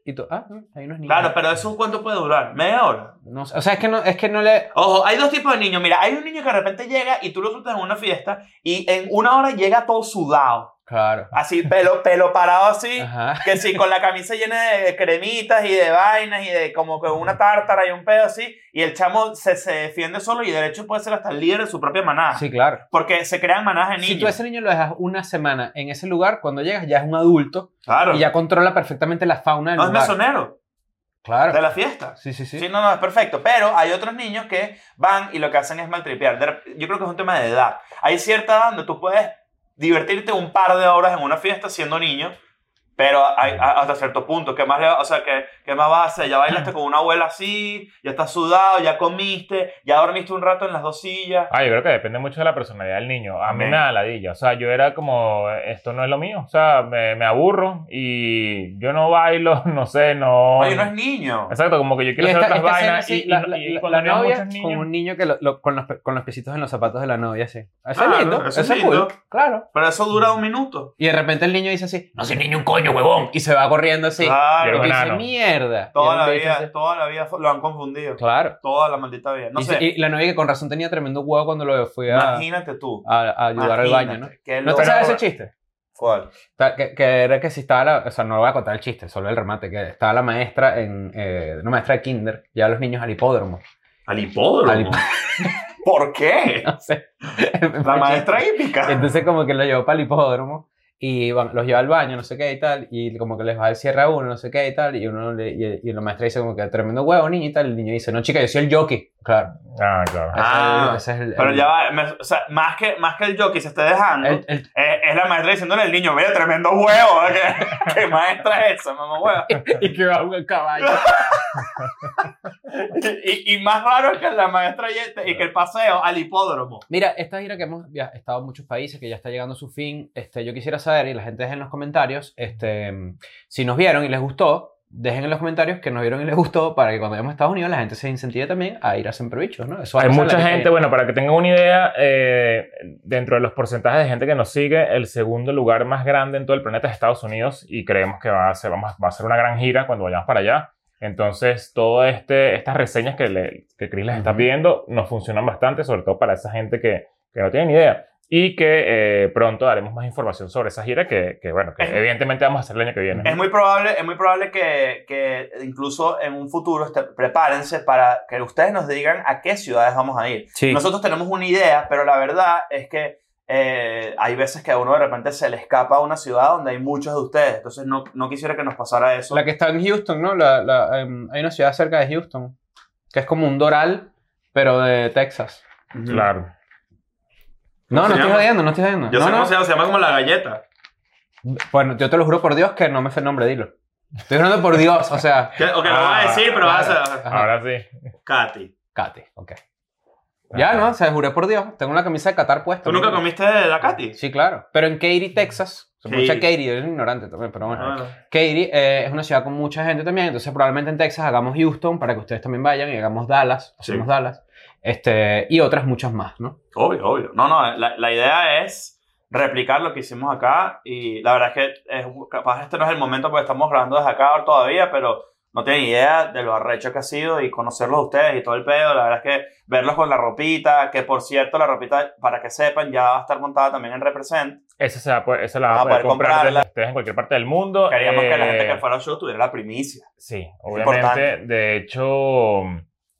I: Y tú, ah, hay unos niños.
D: Claro, pero ¿eso cuánto puede durar? ¿Media hora?
I: No sé, o sea, es que no, es que no le...
D: Ojo, hay dos tipos de niños. Mira, hay un niño que de repente llega y tú lo sueltas en una fiesta y en una hora llega todo sudado.
I: Claro.
D: Así, pelo, pelo parado así.
I: Ajá.
D: Que sí, con la camisa llena de cremitas y de vainas y de como que una tártara y un pedo así. Y el chamo se, se defiende solo y de hecho puede ser hasta el líder de su propia manada.
I: Sí, claro.
D: Porque se crean manadas de
I: Si tú a
D: niños.
I: ese niño lo dejas una semana en ese lugar, cuando llegas ya es un adulto
D: claro.
I: y ya controla perfectamente la fauna del
D: no es
I: lugar.
D: mesonero de
I: Claro.
D: la fiesta.
I: Sí, sí, sí.
D: Sí, no, no, es perfecto. Pero hay otros niños que van y lo que hacen es maltripear. De rep- Yo creo que es un tema de edad. Hay cierta edad donde tú puedes divertirte un par de horas en una fiesta siendo niño, pero hay- a- hasta cierto punto. ¿Qué más, le va- o sea, ¿qué, qué más vas a hacer? Ya bailaste con una abuela así, ya estás sudado, ya comiste, ya dormiste un rato en las dos sillas.
G: Ah, yo creo que depende mucho de la personalidad del niño. A mí
D: Amén.
G: me da ladilla. O sea, yo era como, esto no es lo mío. O sea, me, me aburro y yo no bailo, no sé, no.
D: Oye, no es niño.
G: Exacto, como que yo quiero
I: Y
G: hacer
I: esta-
G: otras
I: esta escena
G: vainas.
I: así,
G: Y, y-
I: la, la-
G: y
I: la-
G: cuando
I: la
G: había
I: novia
G: muchos niños.
I: con un niño que lo- lo- con, los, pe- con los pesitos en los zapatos de la novia, así. Eso
D: Ah,
I: es lindo,
D: no,
I: eso, es cool,
D: lindo.
I: claro.
D: Pero eso dura un minuto.
I: Y de repente el niño dice así, no soy niño un coño, huevón, y se va corriendo así.
D: Claro, eh,
G: Llegó
I: y dice,
G: enano.
I: mierda.
D: toda
I: Y
D: la
I: el bicho
D: vida,
I: dice,
D: toda la vida lo han confundido.
I: Claro.
D: Toda la maldita vida. No
I: y,
D: sé,
I: y la novia que con razón tenía tremendo huevo cuando lo fui a,
D: imagínate tú.
I: a- a ayudar al baño, ¿no?
D: Imagínate, qué
I: ¿No te
D: loco.
I: sabes ese chiste?
D: ¿Cuál?
I: Ta- Que, que era que si estaba la, o sea, no voy a contar el chiste, solo el remate, que estaba la maestra en, eh, una maestra de kinder, lleva a los niños al hipódromo.
D: Al hipódromo.
I: Al hipódromo.
D: ¿Por qué?
I: No sé.
D: La maestra hípica.
I: Entonces como que lo llevó para el hipódromo y van- los lleva al baño, no sé qué y tal, y como que les va el cierre a uno, no sé qué y tal, y uno le- y, y la maestra dice como que tremendo huevo, niño y tal, y el niño dice, no chica, yo soy el jockey. Claro.
G: Ah, claro.
I: Ese es el-
D: Ah,
I: ese es el-
D: Pero
I: el-
D: ya va, me- o sea, más que, más que el jockey se esté dejando,
I: el- el-
D: es, es la maestra diciéndole al niño, mira, tremendo huevo, ¿qué, qué maestra es esa, mamá huevo?
I: y que va un caballo.
D: Y, y más raro que la maestra y, este- y que el paseo al hipódromo.
I: Mira, esta gira que hemos via- estado en muchos países, que ya está llegando a su fin, este, yo quisiera saber, y la gente deje en los comentarios, este, si nos vieron y les gustó, dejen en los comentarios que nos vieron y les gustó, para que cuando vayamos a Estados Unidos la gente se incentive también a ir a Siempre Bichos, ¿no? Eso va a
G: Hay
I: pasar
G: mucha
I: la
G: gente,
I: viene.
G: bueno, para que tengan una idea, eh, dentro de los porcentajes de gente que nos sigue, el segundo lugar más grande en todo el planeta es Estados Unidos y creemos que va a ser, vamos a- va a ser una gran gira cuando vayamos para allá. Entonces, todas este, estas reseñas que, le, que Chris les está
I: Ujú.
G: pidiendo nos funcionan bastante, sobre todo para esa gente que, que no tiene ni idea. Y que eh, pronto daremos más información sobre esa gira que, que, bueno, que
D: Es-
G: evidentemente vamos a hacer el año que viene.
D: Es muy probable, es muy probable que, que incluso en un futuro este- prepárense para que ustedes nos digan a qué ciudades vamos a ir.
I: Sí.
D: Nosotros tenemos una idea, pero la verdad es que eh, hay veces que a uno de repente se le escapa a una ciudad donde hay muchos de ustedes. Entonces no, no quisiera que nos pasara eso.
I: La que está en Houston, ¿no? La- la, em, hay una ciudad cerca de Houston, que es como un Doral, pero de Texas.
D: Ujú.
G: Claro.
I: No,
D: se
I: no estoy
D: llama?
I: jodiendo, no estoy jodiendo.
D: Yo
I: No,
D: sé
I: no.
D: cómo se llama, se llama como la galleta.
I: Bueno, yo te lo juro por Dios que no me sé el nombre, dilo. Estoy jugando por Dios, o sea,
D: Que- O que lo
G: Ah,
D: voy a decir, pero vas a...
I: Ajá.
G: Ahora sí.
D: Katy.
I: Katy, ok. Ya
G: Ajá.
I: no, se juré por Dios. Tengo una camisa de Qatar puesta.
D: Ah, ¿Tú nunca comiste la Katy?
I: Sí, claro. Pero en Katy, Texas. Se pronuncia
D: Katy.
I: Katy, eres ignorante también, pero bueno.
D: Bueno,
I: Katy eh, es una ciudad con mucha gente también, entonces probablemente en Texas hagamos Houston para que ustedes también vayan y hagamos Dallas,
D: Sí.
I: hacemos Dallas, este, y otras muchas más, ¿no?
D: obvio, obvio. No, no, la, la idea es replicar lo que hicimos acá y la verdad es que es, capaz este no es el momento porque estamos grabando desde acá todavía, pero no tienen idea de lo arrecho que ha sido y conocerlos a ustedes y todo el pedo. La verdad es que verlos con la ropita, que por cierto, la ropita, para que sepan, ya va a estar montada también en Represent.
G: Esa, se va a poder- esa la vas
D: Ah,
G: a poder
D: poder
G: comprar
D: comprarla.
G: desde ustedes en cualquier parte del mundo.
D: Queríamos que la gente
G: Eh,
D: que fuera al show tuviera la primicia.
G: Sí,
D: importante.
G: obviamente. De hecho,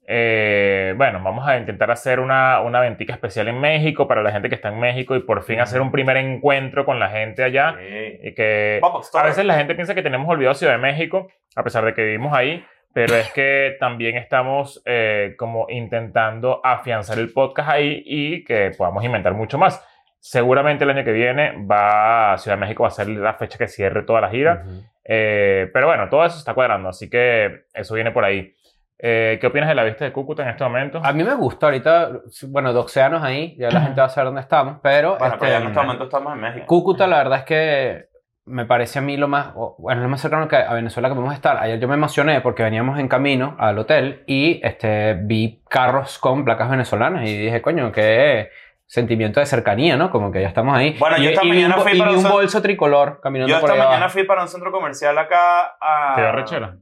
G: eh, bueno, vamos a intentar hacer una, una ventica especial en México para la gente que está en México y por fin hacer un primer encuentro con la gente allá.
D: Sí.
G: Y que
D: Vamos,
G: a
D: Torre.
G: veces la gente piensa que tenemos olvidado Ciudad de México, a pesar de que vivimos ahí, pero es que también estamos eh, como intentando afianzar el podcast ahí y que podamos inventar mucho más. Seguramente el año que viene va Ciudad de México va a ser la fecha que cierre toda la gira. Eh, pero bueno, todo eso se está cuadrando, así que eso viene por ahí. Eh, ¿Qué opinas de la vista de Cúcuta en este momento?
I: A mí me gusta ahorita, bueno, doxeanos ahí, ya la gente va a saber dónde estamos, pero...
D: Bueno,
I: este,
D: pero ya en este momento estamos en México.
I: Cúcuta, la verdad es que me parece a mí lo más, o- bueno, lo más cercano que a Venezuela que podemos estar. Ayer yo me emocioné porque veníamos en camino al hotel y este, vi carros con placas venezolanas y dije, coño, qué sentimiento de cercanía, ¿no? Como que ya estamos ahí.
D: Bueno,
I: y,
D: yo esta
I: y vi
D: mañana
I: un, bo-
D: fui
I: y
D: para
I: vi
D: un
I: un
D: cen-
I: bolso tricolor caminando
D: Yo
I: por
D: esta
I: ahí
D: mañana
I: abajo.
D: fui para un centro comercial acá a...
G: ¿Te da rechera?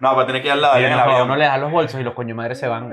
D: No, para tener que ir al lado
I: Y
D: en el
I: no,
D: avión.
I: no le das los bolsos y los coño madre se van.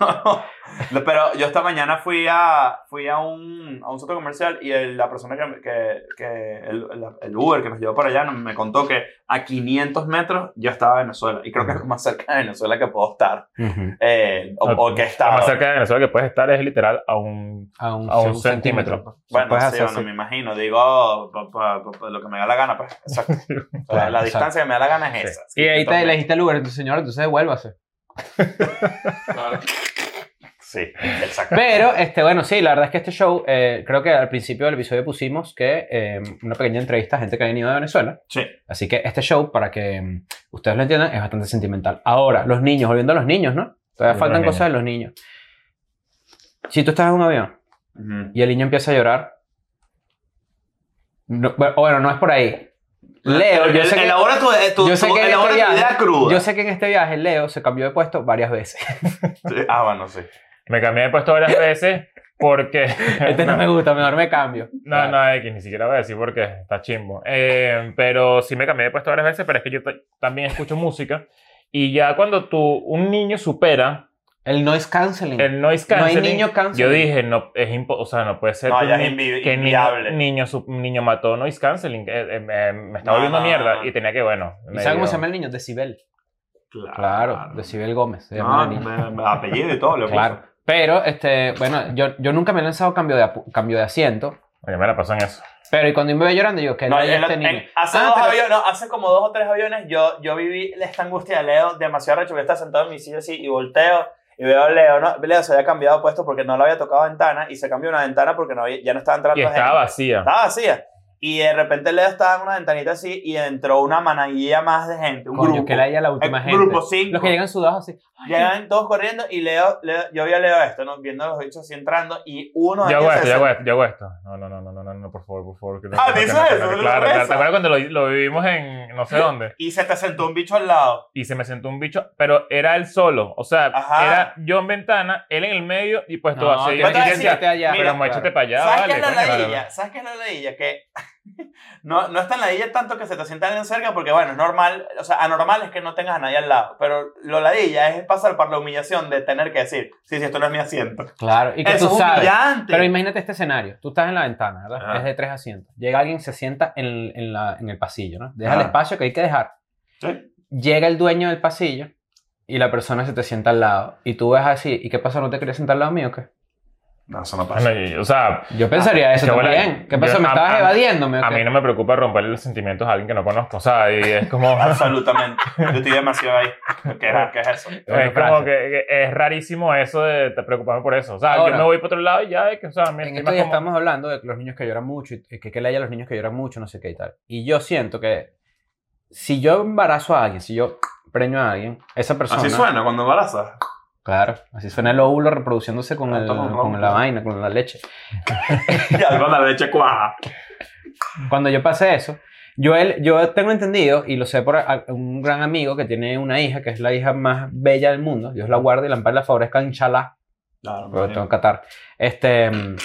D: No, no. pero yo esta mañana fui a, fui a, un, a un centro comercial y el- la persona que, que, que el, la- el Uber que nos llevó para allá nos- me contó que a 500 metros yo estaba en Venezuela y creo que es lo más cerca de Venezuela que puedo estar
I: Ujú.
D: eh, o, o que
G: Lo
D: estaba.
G: más cerca de Venezuela que puedes estar es literal a un...
I: A un,
G: A un
I: un
G: centímetro.
D: Bueno,
I: Puedes
D: sí,
I: hacer
D: bueno,
I: así.
D: me imagino, digo, oh, pa- pa- pa- pa- lo que me da la gana, pues, exacto. O sea,
I: Claro,
D: la
I: exacto.
D: distancia que me da la gana es
G: Sí.
D: esa.
I: Y ahí te
D: Totalmente.
I: elegiste el Uber, entonces, señor, entonces devuélvase.
D: Sí, exacto.
I: Pero, este, bueno, sí, la verdad es que este show, eh, creo que al principio del episodio pusimos que eh, una pequeña entrevista a gente que ha venido de Venezuela.
D: Sí.
I: Así que este show, para que mm, ustedes lo entiendan, es bastante sentimental. Ahora, los niños, volviendo a los niños, ¿no? Todavía
G: Volviendo
I: faltan
G: a los
I: cosas de los niños. Si tú estás en un avión
D: Ujú.
I: y el niño empieza a llorar, no, bueno, bueno, no es por ahí. Leo, yo
D: El-
I: sé que-
D: elabora tu, tu-
I: yo sé
D: tu-
I: que en
D: elabora
I: este
D: tu
I: viaje-
D: idea cruda.
I: Yo sé que en este viaje Leo se cambió de puesto varias veces.
D: Sí, Ah, bueno, sí.
G: Me cambié de puesto varias veces porque...
I: Este no me gusta, mejor me cambio.
G: No, no, X, ni siquiera voy a decir porque está chimbo. Eh, pero sí me cambié de puesto varias veces, pero es que yo ta- también escucho música. Y ya cuando tú, un niño supera
I: El no es canceling.
G: el noise
I: No hay
G: canceling,
I: niño canceling.
G: yo dije, no, es impo- o sea, no puede ser
D: No,
G: que, un
D: ya es
G: ni-
D: invi-
G: que niño,
D: inviable.
G: niño, su- niño mató noise canceling. Eh, eh, eh, me estaba
D: No,
G: volviendo
D: no,
G: mierda
D: no, no.
G: y tenía que, bueno.
I: ¿Y sabes cómo
G: medio-
I: se llama el niño? Decibel.
D: Claro.
I: Claro, Decibel Gómez. se llama
D: Ah, No,
I: el niño.
D: me- me- apellido y todo, lo
I: Claro. Pero, este, bueno, yo, yo nunca me he lanzado cambio de, apu- cambio de asiento.
G: Oye, me la pasó en eso.
I: Pero y cuando me veo llorando, digo, que
D: No,
I: no,
D: en lo-
I: este niño.
D: en- hace,
I: Ah,
D: dos
I: pero-
D: aviones, no, hace como dos o tres aviones yo, yo viví esta angustia de Leo demasiado recho que está sentado en mi silla así y volteo y veo a Leo, no, Leo se había cambiado de puesto porque no le había tocado ventana y se cambió una ventana porque no había- ya no estaba entrando
G: Y estaba
D: gente.
G: vacía.
D: Estaba vacía. Y de repente Leo estaba en una ventanita así y entró una manadilla más de gente, un
I: Coño,
D: grupo.
I: que le haya la última
D: Un
I: gente.
D: grupo cinco.
I: Los que llegan sudados así. ay,
D: Llegan todos corriendo y Leo, Leo- yo vi a Leo esto, ¿no? viendo a los bichos así entrando y uno de
G: Yo hago
D: ellos
G: esto,
D: se
G: yo hago
D: sentó-
G: esto, yo hago esto. No, no, no, no, no, no, no, por favor, por favor. que no-
D: Ah,
G: que no-
D: dices
G: que no-
D: eso,
G: que no-
D: no
G: Claro,
D: lo
G: claro,
D: ves.
G: ¿te acuerdas cuando lo, lo vivimos en no sé dónde?
D: y se te sentó un bicho al lado.
G: Y se me sentó un bicho, pero era él solo. O sea,
D: Ajá.
G: era yo en ventana, él en el medio y pues todo
I: No,
G: así. Y
I: tienes
G: yo
D: que
G: decía,
I: irte allá.
G: Pero
D: Mira,
G: mo, échate para allá,
D: ¿Sabes
G: vale.
D: qué es
G: coño,
D: la
G: vale,
D: ladilla? ¿Sabes qué es la ladilla? Que no, no es tan ladilla tanto que se te sienta alguien cerca porque, bueno, es normal, o sea, anormal es que no tengas a nadie al lado, pero lo ladilla es pasar por la humillación de tener que decir, sí, sí, esto no es mi asiento.
I: Claro, y que
D: Eso
I: tú
D: es
I: sabes.
D: humillante.
I: Pero imagínate este escenario. Tú estás en la ventana, ¿verdad?
D: Ajá.
I: Es de tres asientos. Llega alguien, se sienta en, en la- en el pasillo, ¿no? Deja el
D: Ajá.
I: espacio que hay que dejar.
D: Sí.
I: Llega el dueño del pasillo y la persona se te sienta al lado. Y tú ves así. ¿Y qué pasa? ¿No te querías sentar al lado mío o qué?
D: No, eso no
G: vale. Bueno, y- o sea,
I: Yo pensaría eso
G: qué bola.
I: también. ¿Qué pasó?
G: Yo-
I: ¿Me
G: a-
I: estabas
G: a-
I: evadiéndome? o
G: a
I: qué?
G: mí no me preocupa romperle los sentimientos a alguien que no conozco. O sea, y es como...
D: Absolutamente. Yo estoy demasiado ahí. ¿Qué, qué es eso?
G: Es como
I: Buena frase.
G: que, que es rarísimo eso de te preocuparme por eso. O sea,
I: Ahora.
G: yo me voy para otro lado y ya es que, o sea, me
I: En
G: estoy
I: esto
G: más
I: ya
G: como-
I: estamos hablando de que los niños que lloran mucho, y que, que le haya a los niños que lloran mucho, no sé qué y tal. Y yo siento que si yo embarazo a alguien, si yo preño a alguien, esa persona...
D: cuando embarazas.
I: Claro, así suena el óvulo reproduciéndose con, el-
D: Tanto con-
I: con la vaina, con la leche.
D: Ya, cuando la leche cuaja.
I: Cuando yo pasé eso, yo, él, yo tengo entendido, y lo sé por a- un gran amigo que tiene una hija, que es la hija más bella del mundo, Dios la guarde y la ampare y la favorezca, inshallah,
D: Claro,
I: Pero tengo que atar. Este, mm,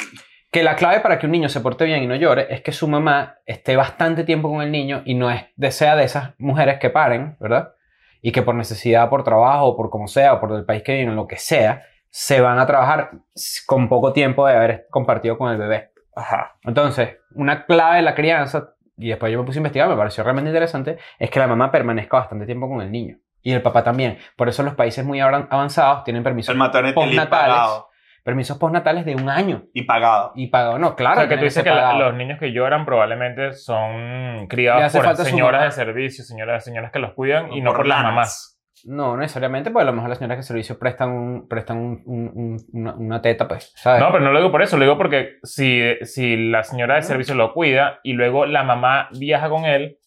I: que la clave para que un niño se porte bien y no llore es que su mamá esté bastante tiempo con el niño y no es, desea de esas mujeres que paren, ¿verdad? Y que por necesidad, por trabajo, o por como sea, o por el país que viven, lo que sea, se van a trabajar s- con poco tiempo de haber compartido con el bebé.
D: Ajá.
I: Entonces, una clave de la crianza, y después yo me puse a investigar, me pareció realmente interesante, es que la mamá permanezca bastante tiempo con el niño. Y el papá también. Por eso los países muy abran- avanzados tienen permisos
D: El maternity leave
I: postnatales.
D: pagado.
I: Permisos postnatales de un año.
D: Y pagado.
I: Y pagado, no,
G: O
I: claro.
G: sea, que
I: tiene
G: tú dices
I: ser
G: que la-
I: pagado.
G: los niños que lloran probablemente son
I: Le
G: criados
I: hace
G: por
I: falta su
G: señoras
I: mamá.
G: de servicio, señoras, señoras que los cuidan y no
D: Por
G: por las
D: lanas.
G: mamás.
I: No, no necesariamente, pues a lo mejor las señoras que servicio prestan, un, prestan un- un- un- una, una teta, pues, ¿sabes?
G: No, pero no lo digo por eso, lo digo porque si, si la
I: Ah.
G: señora de servicio lo cuida y luego la mamá viaja con él,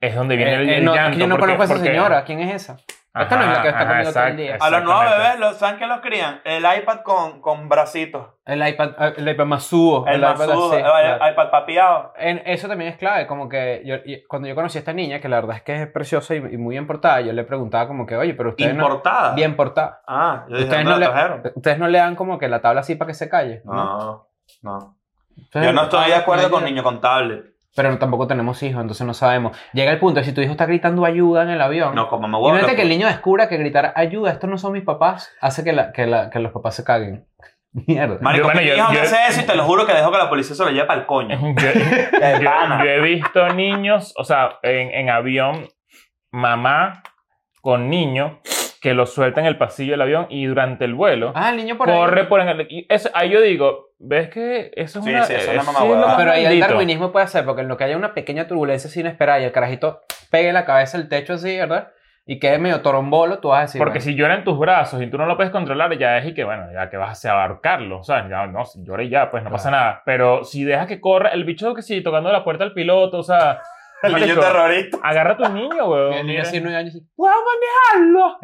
G: es donde viene el,
I: Eh, eh,
G: el
I: no, es que
G: llanto.
I: yo no
G: porque-
I: conozco a esa
G: porque-
I: señora. ¿Quién es esa? Esta no es la que está conmigo todo el día.
D: A los nuevos
G: exactamente.
D: bebés, los- ¿saben qué los crían? El iPad con, con bracitos.
I: El iPad, eh, el iPad Masuo.
D: El, eh,
I: iPad
D: masudo,
G: eh,
I: así,
D: el
I: claro.
D: iPad papiado.
I: En- eso también es clave, como que yo- y- cuando yo conocí a esta niña, que la verdad es que es preciosa y, y muy bien portada, yo le preguntaba como que, oye, pero ustedes no...
D: Importada.
I: Bien portada.
D: Ah, yo dije,
I: Ustedes
D: ¿dónde
I: no,
D: la
I: le,
D: trajeron?
I: ustedes no le dan como que la tabla así para que se calle.
G: Ah.
D: No, no.
I: Ustedes
D: Yo no estoy de
I: hablan
D: acuerdo con
I: ella,
D: niño contable.
I: Pero tampoco tenemos hijos, entonces no sabemos. Llega el punto, de si tu hijo está gritando ayuda en el avión,
D: No, como me voy
I: imagínate que el niño descubra que gritar ayuda, estos no son mis papás, hace que, la- que la- que los papás se caguen. Mierda.
D: Marico,
G: Yo, bueno,
D: mi
G: yo-
D: hijo me
G: yo-
D: hace eso y te lo juro que dejo que la policía se lo lleve para el coño.
G: Yo-
D: De
G: yo,
D: pana.
G: yo he visto niños, o sea, en, en avión, mamá con niño que lo suelta en el pasillo del avión y durante el vuelo
I: Ah, el niño por ahí.
G: corre por en el. y eso- ahí yo digo, ¿ves que eso es
D: Sí,
G: una.
D: sí, eso es una
G: eh, sí,
D: mamahuevada.
G: lo más
I: Pero ahí el
G: maldito.
I: darwinismo puede ser, porque en lo que haya una pequeña turbulencia sin esperar y el carajito pegue la cabeza al techo así, ¿verdad? Y quede medio torombolo, tú vas a decir.
G: Porque
I: bueno,
G: si llora en tus brazos y tú no lo puedes controlar, ya es y que, bueno, ya que vas a hacer, abarcarlo. O sea, ya, no, si llora y ya, pues no
I: Claro.
G: pasa nada. Pero si dejas que corra, el bicho que sí, tocando la puerta al piloto, o sea.
D: El niño
G: marico,
D: terrorista.
G: Agarra a tu niño,
I: y
G: weón.
I: el niño
G: mira.
I: así nueve años así, ¡puedo manejarlo!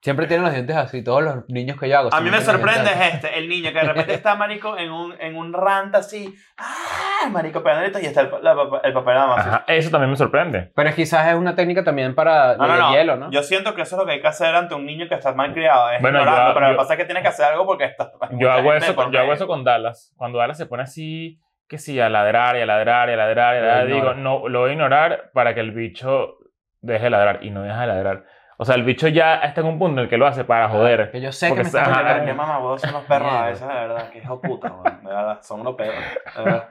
I: Siempre tienen los dientes así, todos los niños que yo hago.
D: A mí
I: siempre
D: me
I: tienen los
D: sorprende
I: dientes
D: es este, el niño que de repente está, marico, en un, en un rant así. ¡Ah! Marico, pegando y está el, la papa- el papel de la mamá así.
G: Ajá, eso también me sorprende.
I: así. Pero quizás es una técnica también para
D: No,
I: de
D: no, no.
I: hielo, ¿no?
D: Yo siento que eso es lo que hay que hacer ante un niño que está mal criado. Es
G: Bueno,
D: ignorarlo,
G: yo-
D: pero lo que
G: yo-
D: pasa es que tienes que hacer algo porque está. hay
G: Yo
D: mucha
G: hago,
D: gente
G: eso,
D: por
G: con- yo hago
D: medio.
G: eso con Dallas. Cuando Dallas se pone así, que sí, a ladrar y a ladrar y a ladrar y a ladrar,
I: Lo
G: digo,
I: ignora.
G: no, lo voy a ignorar para que el bicho deje de ladrar y no deja de ladrar. O sea, el bicho ya está en un punto en el que lo hace para joder.
I: Que yo sé que
G: Porque
I: me está
G: se-
D: Oye,
G: Ajá.
D: pero qué mamá, son los perros a
I: Mierda.
D: veces, de verdad. Qué hijo puta, weón. De verdad, son unos perros. de verdad.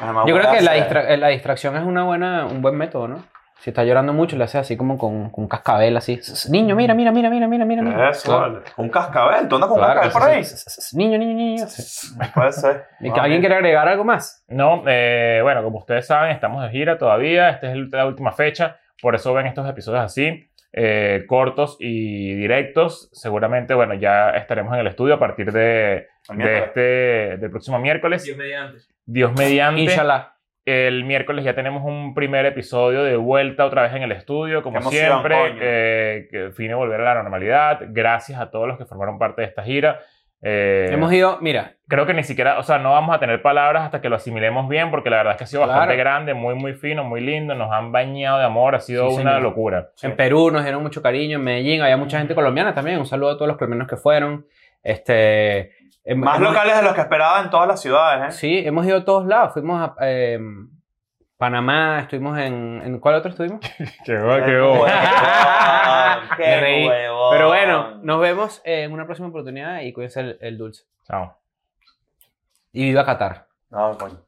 D: Mamá,
I: Yo creo que
D: huevadas,
I: la,
D: eh.
I: distra- eh, la distracción es una buena, un buen método, ¿no? Si está llorando mucho, le haces así como con, con un cascabel, así. "Ss, Niño, mira, mira, mira, mira, mira, mira. mira".
D: Eso,
I: Claro,
D: vale. Un cascabel. ¿Tú andas con
I: claro,
D: un cascabel por
I: sí,
D: ahí?
I: sí, sí, sí. Niño, niño, niño.
D: Puede ser.
I: ¿Y que- ¿Alguien quiere agregar algo más?
G: No, eh, bueno, como ustedes saben, estamos de gira todavía. Esta es el- la última fecha. Por eso ven estos episodios así, eh, cortos y directos. Seguramente, bueno, ya estaremos en el estudio a partir de, de
D: Mierda.
G: este, del próximo miércoles. Dios,
B: Dios mediante.
G: mediante.
I: Inshallah.
G: El miércoles ya tenemos un primer episodio de vuelta otra vez en el estudio, como
D: Qué emoción,
G: siempre,
D: coño.
G: eh, que fine volver a la normalidad. Gracias a todos los que formaron parte de esta gira. Eh,
I: Hemos ido, mira,
G: creo que ni siquiera, o sea, no vamos a tener palabras hasta que lo asimilemos bien, porque la verdad es que ha sido bastante
I: Claro.
G: grande, muy, muy fino, muy lindo. Nos han bañado de amor, ha sido
I: Sí,
G: una
I: señor.
G: locura.
I: en Perú nos dieron mucho cariño, en Medellín había mucha gente colombiana también. Un saludo a todos los colombianos que fueron. Este, hem-
D: Más
I: hemos-
D: locales de los que esperaba en todas las ciudades, ¿eh?
I: Sí, hemos ido a todos lados. Fuimos a eh, Panamá, estuvimos en, en. ¿Cuál otro estuvimos?
G: Ah, Qué
D: Qué huevón, qué
I: Me reí.
D: huevón.
I: Pero
D: Ah.
I: bueno, nos vemos eh, en una próxima oportunidad y cuídense el, el dulce.
G: Chao.
I: Y viva Qatar.
D: No, coño.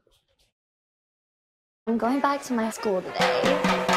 J: I'm going back to my school today.